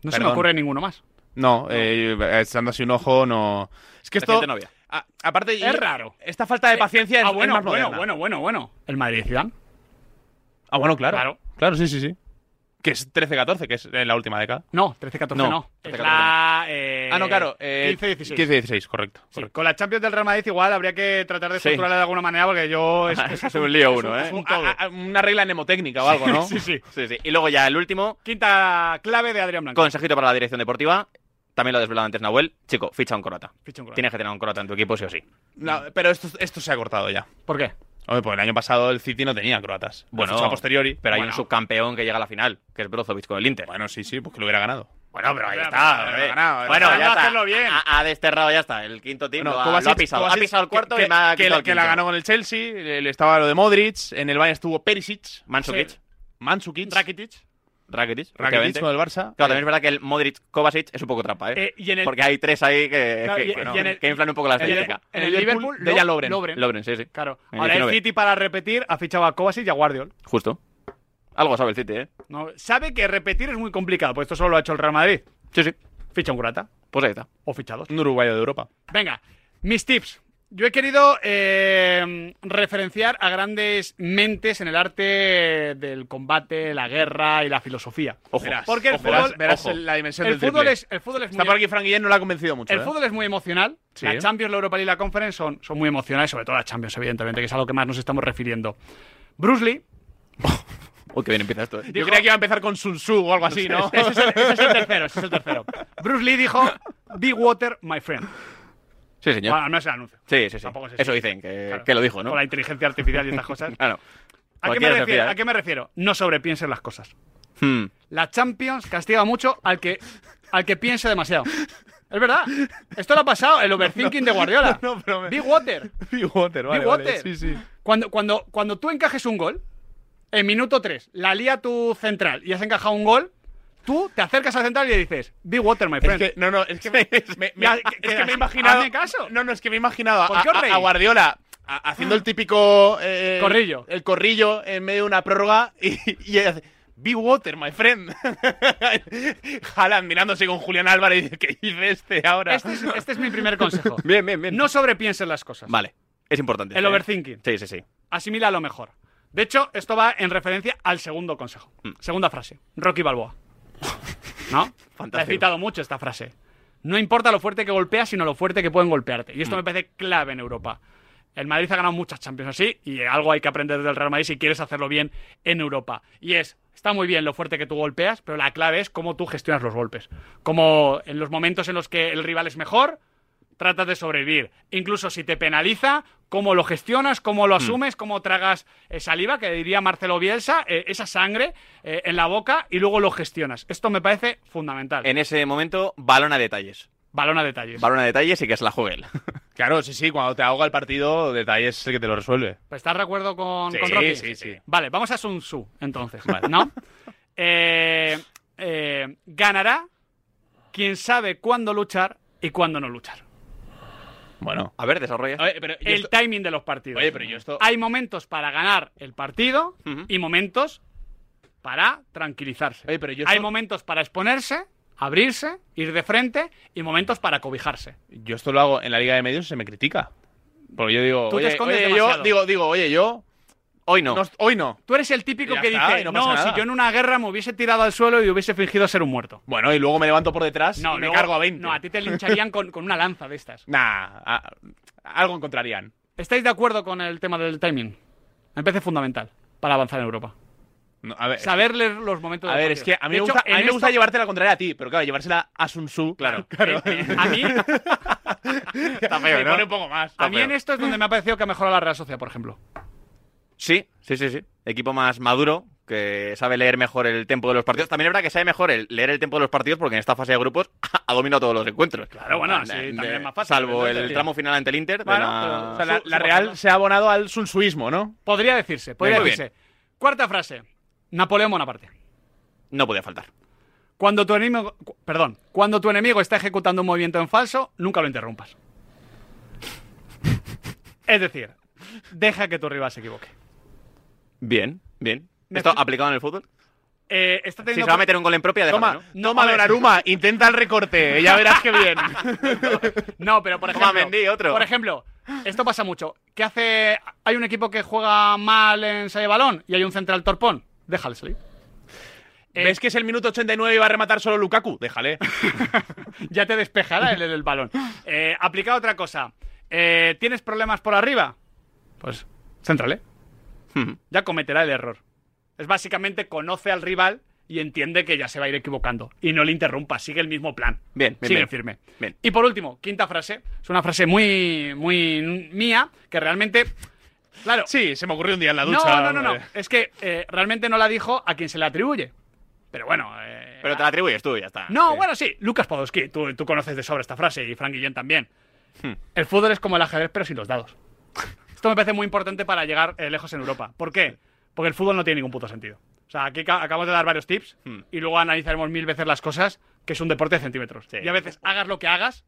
Speaker 1: No se me
Speaker 5: Perdón.
Speaker 1: ocurre ninguno más.
Speaker 3: No, eh, echándose un ojo, no. Es que esto.
Speaker 5: Reciente novia.
Speaker 3: a- aparte, y-
Speaker 1: Es raro.
Speaker 3: Esta falta de paciencia es,
Speaker 1: Ah,
Speaker 3: es
Speaker 1: bueno,
Speaker 3: más
Speaker 1: bueno,
Speaker 3: moderna.
Speaker 1: bueno, bueno, bueno. El Madrid Zidane.
Speaker 3: Ah, bueno, claro.
Speaker 1: Claro.
Speaker 3: Claro, sí, sí, sí. Que es 13-14, que es eh, la última década.
Speaker 1: No, 13-14 no. Es
Speaker 3: 13-14
Speaker 1: la, eh,
Speaker 3: Ah, no, claro. eh,
Speaker 1: 15-16.
Speaker 3: 15-16, correcto.
Speaker 1: Sí, Con la Champions del Real Madrid igual habría que tratar de
Speaker 3: Sí.
Speaker 1: estructurarla de alguna manera porque yo... Es,
Speaker 5: Es un lío uno,
Speaker 1: es
Speaker 5: ¿eh?
Speaker 1: un todo.
Speaker 3: Una regla mnemotécnica o algo, ¿no?
Speaker 1: sí, sí.
Speaker 5: Sí, sí. Y luego ya el último,
Speaker 1: Quinta clave de Adrián Blanco.
Speaker 5: consejito para la dirección deportiva. También lo ha desvelado antes Nahuel. Chico, ficha un croata.
Speaker 1: Ficha un croata.
Speaker 5: Tienes que tener un croata en tu equipo, sí o sí.
Speaker 3: No, pero esto, esto se ha cortado ya.
Speaker 1: ¿Por qué?
Speaker 3: Hombre, pues el año pasado el City no tenía croatas. Lo
Speaker 5: Bueno,
Speaker 3: fichó a posteriori.
Speaker 5: Pero hay
Speaker 3: Bueno.
Speaker 5: un subcampeón que llega a la final, que es Brozovic con el Inter.
Speaker 3: Bueno, sí, sí, pues que lo hubiera ganado.
Speaker 5: Bueno, pero ahí
Speaker 3: Pero,
Speaker 5: está.
Speaker 3: pero,
Speaker 5: hombre.
Speaker 3: pero ganado,
Speaker 5: bueno,
Speaker 3: ganado.
Speaker 5: ya está.
Speaker 3: Hacerlo
Speaker 5: Ha, ha desterrado, ya está. El quinto team
Speaker 3: Bueno,
Speaker 5: lo, ha,
Speaker 3: Kovacic-
Speaker 5: lo ha pisado.
Speaker 3: Kovacic
Speaker 5: ha pisado el cuarto
Speaker 3: que,
Speaker 5: y me ha
Speaker 3: que
Speaker 5: quitado
Speaker 3: la,
Speaker 5: el
Speaker 3: que la
Speaker 5: quinto.
Speaker 3: ganó con el Chelsea, le le estaba lo de Modric, en el Bayern estuvo Perisic,
Speaker 5: Mandzukic.
Speaker 3: Sí. Mandzukic,
Speaker 1: Rakitic,
Speaker 5: Rakitic.
Speaker 3: Rakitic
Speaker 5: efectivamente.
Speaker 3: con el
Speaker 5: Claro,
Speaker 3: Barça.
Speaker 5: también es verdad que el Modric-Kovacic es un poco trampa, ¿eh?
Speaker 1: Eh, y en el-
Speaker 5: Porque hay tres ahí que,
Speaker 1: Claro,
Speaker 5: que-
Speaker 1: y-
Speaker 5: que
Speaker 1: y
Speaker 5: no,
Speaker 1: en el-
Speaker 5: que inflan un poco la
Speaker 1: en el-
Speaker 5: estadística.
Speaker 1: en el Liverpool, Lo-
Speaker 5: Dejan Lovren.
Speaker 1: Lovren.
Speaker 5: sí, sí.
Speaker 1: Claro.
Speaker 5: En el
Speaker 1: Ahora el
Speaker 5: 19.
Speaker 1: City, para repetir, ha fichado a Kovacic y a Guardiol.
Speaker 5: Justo. Algo sabe el City, ¿eh?
Speaker 1: No, sabe que repetir es muy complicado, pues esto solo lo ha hecho el Real Madrid.
Speaker 5: Sí, sí.
Speaker 1: Ficha un curata.
Speaker 5: Pues ahí está.
Speaker 1: O fichados.
Speaker 3: Un uruguayo de Europa.
Speaker 1: Venga, mis tips. Yo he querido eh, referenciar a grandes mentes en el arte del combate, la guerra y la filosofía.
Speaker 3: Ojo.
Speaker 1: porque el
Speaker 3: Ojo,
Speaker 1: fútbol,
Speaker 3: verás- verás
Speaker 1: ojo.
Speaker 3: la dimensión
Speaker 1: el
Speaker 3: del
Speaker 1: fútbol
Speaker 3: triple.
Speaker 1: es, el fútbol es
Speaker 3: Está
Speaker 1: muy-
Speaker 3: por aquí Frank Guillén, no lo ha convencido mucho.
Speaker 1: el
Speaker 3: ¿eh?
Speaker 1: fútbol es muy emocional.
Speaker 3: Sí.
Speaker 1: La Champions, la Europa League y la Conference son, son muy emocionales, sobre todo la Champions, evidentemente, que es a lo que más nos estamos refiriendo. Bruce Lee.
Speaker 5: Uy, qué bien empieza esto, ¿eh?
Speaker 3: Yo creía que iba a empezar con Sun Tzu o algo así, ¿no?
Speaker 1: Ese es el, ese es el tercero, ese es el tercero. Bruce Lee dijo, Be water, my friend.
Speaker 5: Sí, señor.
Speaker 1: Bueno, no es el anuncio.
Speaker 5: sí, sí, sí.
Speaker 1: Tampoco es eso.
Speaker 5: Eso dicen, que,
Speaker 1: Claro.
Speaker 5: que lo dijo, ¿no?
Speaker 1: Con la inteligencia artificial y estas cosas.
Speaker 5: [laughs] Claro.
Speaker 1: ¿A qué, me
Speaker 5: Cualquiera se
Speaker 1: refiero?
Speaker 5: fía, ¿eh?
Speaker 1: ¿A qué me refiero? No sobrepiensen las cosas.
Speaker 5: Hmm.
Speaker 1: La Champions castiga mucho al que, al que piense demasiado. Es verdad. Esto lo ha pasado
Speaker 3: [laughs]
Speaker 1: el overthinking de Guardiola.
Speaker 3: No, no, pero me-
Speaker 1: Big Water.
Speaker 3: [laughs] Big Water, vale,
Speaker 1: Big
Speaker 3: vale,
Speaker 1: Water.
Speaker 3: Sí, sí.
Speaker 1: Cuando, cuando, cuando tú encajes un gol, en minuto 3, la lía tu central y has encajado un gol, tú te acercas al central y le dices, Big Water, my
Speaker 3: Es
Speaker 1: friend.
Speaker 3: que, no, no, es que me, me- me-
Speaker 1: [laughs] Ya,
Speaker 3: es
Speaker 1: que-
Speaker 3: que
Speaker 1: que-
Speaker 3: me he imaginado.
Speaker 1: hazme caso.
Speaker 3: No, no, es que me he imaginado a,
Speaker 1: ¿Por qué os
Speaker 3: a- a
Speaker 1: reís?
Speaker 3: Guardiola a- haciendo el típico. eh,
Speaker 1: Corrillo.
Speaker 3: El corrillo en medio de una prórroga y, y él hace. Be water, my friend. [laughs] Jalan mirándose con Julián Álvarez y dice: ¿Qué dice este ahora?
Speaker 1: Este es, este es mi primer
Speaker 3: [laughs]
Speaker 1: consejo.
Speaker 5: Bien, bien, bien.
Speaker 1: No sobrepiensen las cosas.
Speaker 5: Vale. Es importante.
Speaker 1: El
Speaker 5: ¿eh?
Speaker 1: overthinking.
Speaker 5: Sí, sí, sí.
Speaker 1: Asimila lo mejor. De hecho, esto va en referencia al segundo consejo. Segunda frase. Rocky Balboa. ¿No? La he
Speaker 5: Fantástico.
Speaker 1: citado mucho esta frase. No importa lo fuerte que golpeas, sino lo fuerte que pueden golpearte. Y esto me parece clave en Europa. El Madrid ha ganado muchas Champions así y algo hay que aprender del Real Madrid si quieres hacerlo bien en Europa. Y es, está muy bien lo fuerte que tú golpeas, pero la clave es cómo tú gestionas los golpes. Como en los momentos en los que el rival es mejor, tratas de sobrevivir. Incluso si te penaliza, cómo lo gestionas, cómo
Speaker 3: Mm.
Speaker 1: lo asumes, cómo tragas eh, saliva, que diría Marcelo Bielsa, eh, esa sangre eh, en la boca y luego lo gestionas. Esto me parece fundamental.
Speaker 3: Eh.
Speaker 5: En ese momento, balón a detalles.
Speaker 1: Balón a detalles.
Speaker 5: Balón a detalles y que se la
Speaker 3: [laughs]
Speaker 5: juegue él.
Speaker 3: Claro, sí, sí, cuando te ahoga el partido, detalle es el que te lo resuelve.
Speaker 1: Pues, ¿Estás de acuerdo con,
Speaker 3: Sí,
Speaker 1: con Rocky?
Speaker 3: sí, sí.
Speaker 1: Vale, vamos a Sun Tzu, entonces,
Speaker 3: Vale.
Speaker 1: ¿no? [laughs] Eh, eh, ganará quien sabe cuándo luchar y cuándo no luchar.
Speaker 3: Bueno.
Speaker 5: A ver, desarrolla.
Speaker 1: el timing de los partidos.
Speaker 3: Oye, pero yo esto-
Speaker 1: Hay momentos para ganar el partido y momentos para tranquilizarse.
Speaker 3: pero yo
Speaker 1: Hay
Speaker 3: esto-
Speaker 1: momentos para exponerse, abrirse, ir de frente y momentos para cobijarse.
Speaker 3: Yo esto lo hago en la Liga de Medios y se me critica. Porque yo digo,
Speaker 1: Tú te
Speaker 3: oye,
Speaker 1: escondes
Speaker 3: oye,
Speaker 1: demasiado.
Speaker 3: yo digo, digo, oye, yo
Speaker 5: Hoy no.
Speaker 3: est- hoy no.
Speaker 1: Tú eres el típico
Speaker 3: Ya
Speaker 1: que
Speaker 3: está,
Speaker 1: dice,
Speaker 3: y no
Speaker 1: no,
Speaker 3: pasa nada".
Speaker 1: si yo en una guerra me hubiese tirado al suelo y hubiese fingido ser un muerto.
Speaker 3: Bueno, y luego me levanto por detrás y me
Speaker 1: luego-
Speaker 3: cargo a 20.
Speaker 1: No, a ti te lincharían con, con una lanza de
Speaker 3: [laughs]
Speaker 1: estas.
Speaker 3: Nah, a- algo encontrarían.
Speaker 1: ¿Estáis de acuerdo con el tema del timing? Me parece fundamental para avanzar en Europa.
Speaker 3: No, a ver,
Speaker 1: Saber leer los momentos
Speaker 3: a
Speaker 1: del
Speaker 3: ver, es que
Speaker 1: partido.
Speaker 3: a mí
Speaker 1: De
Speaker 3: me
Speaker 1: hecho,
Speaker 3: gusta, a mí
Speaker 1: en
Speaker 3: me gusta
Speaker 1: esto- [laughs]
Speaker 3: llevarte [laughs] la contraria a ti, pero claro, llevársela a Sun Tzu. [laughs] Claro, claro.
Speaker 1: A mí,
Speaker 3: Está
Speaker 5: feo,
Speaker 3: me
Speaker 5: ¿no?
Speaker 3: pone un poco más.
Speaker 1: a mí en esto es donde me ha parecido que ha mejorado la Real Sociedad, por ejemplo.
Speaker 5: Sí, sí, sí, sí. Equipo más maduro, que sabe leer mejor el tiempo de los partidos. También es verdad que sabe mejor el leer el tiempo de los partidos porque en esta fase de grupos [laughs] ha dominado todos los encuentros.
Speaker 1: Claro, bueno,
Speaker 5: Ah,
Speaker 1: sí,
Speaker 5: de-
Speaker 1: también es más fácil,
Speaker 5: Salvo
Speaker 1: evidentemente,
Speaker 5: el
Speaker 1: sí.
Speaker 5: tramo final ante el Inter. de
Speaker 1: Bueno,
Speaker 5: la-
Speaker 1: pero-
Speaker 3: O sea, la,
Speaker 1: Su-
Speaker 3: la
Speaker 1: su
Speaker 3: Real
Speaker 1: bajada.
Speaker 3: se ha abonado al sunsuismo, ¿no?
Speaker 1: Podría decirse, podría
Speaker 5: Muy bien.
Speaker 1: decirse. Cuarta frase. Napoleón Bonaparte.
Speaker 5: No podía faltar.
Speaker 1: Cuando tu enemigo, cu- perdón, cuando tu enemigo está ejecutando un movimiento en falso, nunca
Speaker 5: [laughs]
Speaker 1: lo interrumpas. Es decir, deja que tu rival se equivoque.
Speaker 5: Bien, bien.
Speaker 1: Me
Speaker 5: ¿Esto
Speaker 1: fli-
Speaker 5: aplicado en el fútbol?
Speaker 3: Eh, está
Speaker 5: Si
Speaker 3: teniendo
Speaker 5: se va a meter un gol en propia, déjalo,
Speaker 3: Toma,
Speaker 5: ¿no?
Speaker 3: toma Donnarumma, intenta el recorte, ya verás
Speaker 1: [laughs]
Speaker 3: que bien.
Speaker 1: No, pero por
Speaker 3: Toma,
Speaker 1: ejemplo,
Speaker 3: Mendy, otro.
Speaker 1: por ejemplo, esto pasa mucho. ¿Qué hace? Hay un equipo que juega mal en ensayo de balón y hay un central torpón. Déjale salir. Eh,
Speaker 3: ¿Ves que es el minuto 89 y va a rematar solo Lukaku? Déjale.
Speaker 1: [laughs] ya te despejará el, el
Speaker 3: [laughs]
Speaker 1: balón. Eh, aplica otra cosa. Eh, ¿Tienes problemas por arriba? Pues céntrale.
Speaker 3: Hmm.
Speaker 1: Ya cometerá el error. Es básicamente conoce al rival y entiende que ya se va a ir equivocando. Y no le interrumpa, sigue el mismo plan.
Speaker 5: Bien, bien,
Speaker 1: Sigue
Speaker 5: bien.
Speaker 1: firme.
Speaker 5: Bien.
Speaker 1: Y por último, quinta frase. Es una frase muy, muy mía, que realmente. Claro.
Speaker 3: Sí, se me ocurrió un día en la
Speaker 1: No,
Speaker 3: ducha,
Speaker 1: no, no. no.
Speaker 3: hombre.
Speaker 1: Es que eh, realmente no la dijo a quien se la atribuye. Pero bueno. eh,
Speaker 5: Pero te la atribuyes tú y ya está.
Speaker 1: no, bueno, sí. Lucas Podolski, tú, tú conoces de sobra esta frase y Frank Guillén también.
Speaker 3: Hmm.
Speaker 1: El fútbol es como el ajedrez, pero sin los dados. Esto me parece muy importante para llegar eh, lejos en Europa. ¿Por qué? Porque el fútbol no tiene ningún puto sentido. O sea, aquí ca- acabamos de dar varios tips
Speaker 5: Hmm.
Speaker 1: y luego analizaremos mil veces las cosas, que es un deporte de centímetros. Y a veces, hagas lo que hagas,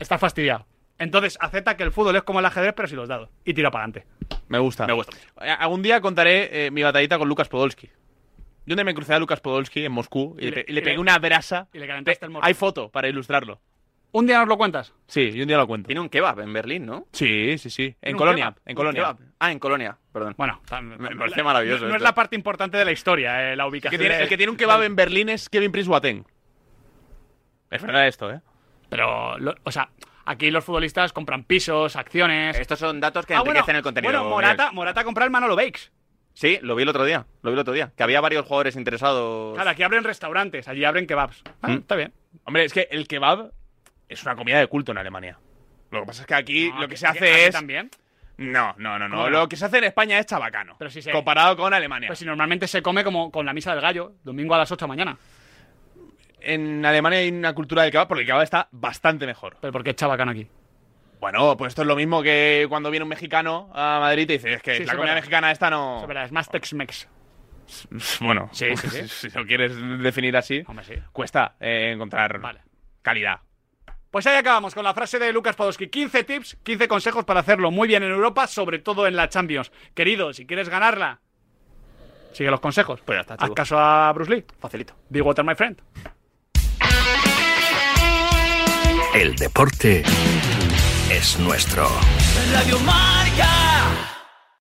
Speaker 1: estás fastidiado. Entonces, acepta que el fútbol es como el ajedrez, pero sin los dados. Y tira para adelante.
Speaker 3: Me gusta. Me gusta. Algún día contaré eh, mi batallita con Lucas Podolski. Yo un día me crucé a Lucas Podolski en Moscú y, le, pe- y le pegué una brasa. Eh,
Speaker 1: Y le calentaste el morro.
Speaker 3: Hay foto para ilustrarlo.
Speaker 1: ¿Un día nos lo cuentas?
Speaker 3: Sí, yo un día lo cuento.
Speaker 5: Tiene un kebab en Berlín, ¿no?
Speaker 3: Sí, sí, sí. En
Speaker 5: Un
Speaker 3: Colonia.
Speaker 5: kebab,
Speaker 3: En
Speaker 5: un
Speaker 3: Colonia.
Speaker 5: kebab. Ah, en Colonia, perdón.
Speaker 1: Bueno,
Speaker 5: me parece maravilloso.
Speaker 1: No, no es
Speaker 5: esto.
Speaker 1: la parte importante de la historia, eh, la
Speaker 3: El
Speaker 1: ubicación.
Speaker 3: que, tiene,
Speaker 1: de-
Speaker 3: el que tiene un kebab en Berlín es Kevin Prince Boateng. Es verdad esto, ¿eh?
Speaker 1: Pero, lo- o sea, aquí los futbolistas compran pisos, acciones.
Speaker 5: Estos son datos que
Speaker 1: Ah,
Speaker 5: enriquecen
Speaker 1: bueno,
Speaker 5: el contenido.
Speaker 1: Bueno, Morata, Morata compró el Manolo Bakes.
Speaker 3: Pues
Speaker 5: Sí, lo vi el otro día. Lo vi el otro día. Que había varios jugadores interesados. Mm.
Speaker 1: Claro, aquí abren restaurantes, allí abren kebabs. Ah, Está bien.
Speaker 3: Hombre, es que el kebab es una comida de culto en Alemania. Lo que pasa es que aquí
Speaker 1: No,
Speaker 3: lo que
Speaker 1: aquí-
Speaker 3: se
Speaker 1: aquí-
Speaker 3: hace
Speaker 1: aquí
Speaker 3: es.
Speaker 1: también.
Speaker 3: No, no, no,
Speaker 1: ¿Cómo
Speaker 3: no.
Speaker 1: que no?
Speaker 3: Lo que se hace en España es chabacano.
Speaker 1: Pero si se-
Speaker 3: Comparado con Alemania.
Speaker 1: Pues si normalmente se come como con la misa del gallo, domingo a las 8 de la mañana.
Speaker 3: En Alemania hay una cultura del kebab porque el kebab está bastante mejor.
Speaker 1: ¿Pero por qué es chabacano aquí?
Speaker 3: Bueno, pues esto es lo mismo que cuando viene un mexicano a Madrid y te dice, es que
Speaker 1: Sí,
Speaker 3: la
Speaker 1: sí,
Speaker 3: comida
Speaker 1: verdad.
Speaker 3: mexicana esta no...
Speaker 1: Es verdad, es más Tex-Mex.
Speaker 3: Bueno,
Speaker 1: Sí, sí, sí.
Speaker 3: si lo quieres definir así,
Speaker 1: sí.
Speaker 3: cuesta eh, encontrar calidad.
Speaker 1: Pues ahí acabamos con la frase de Lucas Podolski. 15 tips, 15 consejos para hacerlo muy bien en Europa, sobre todo en la Champions. Querido, si quieres ganarla, sigue los consejos. Pues ya está, Haz caso a Bruce Lee. Facilito. Be water, my friend.
Speaker 15: El deporte es nuestro.
Speaker 10: Radio Marca.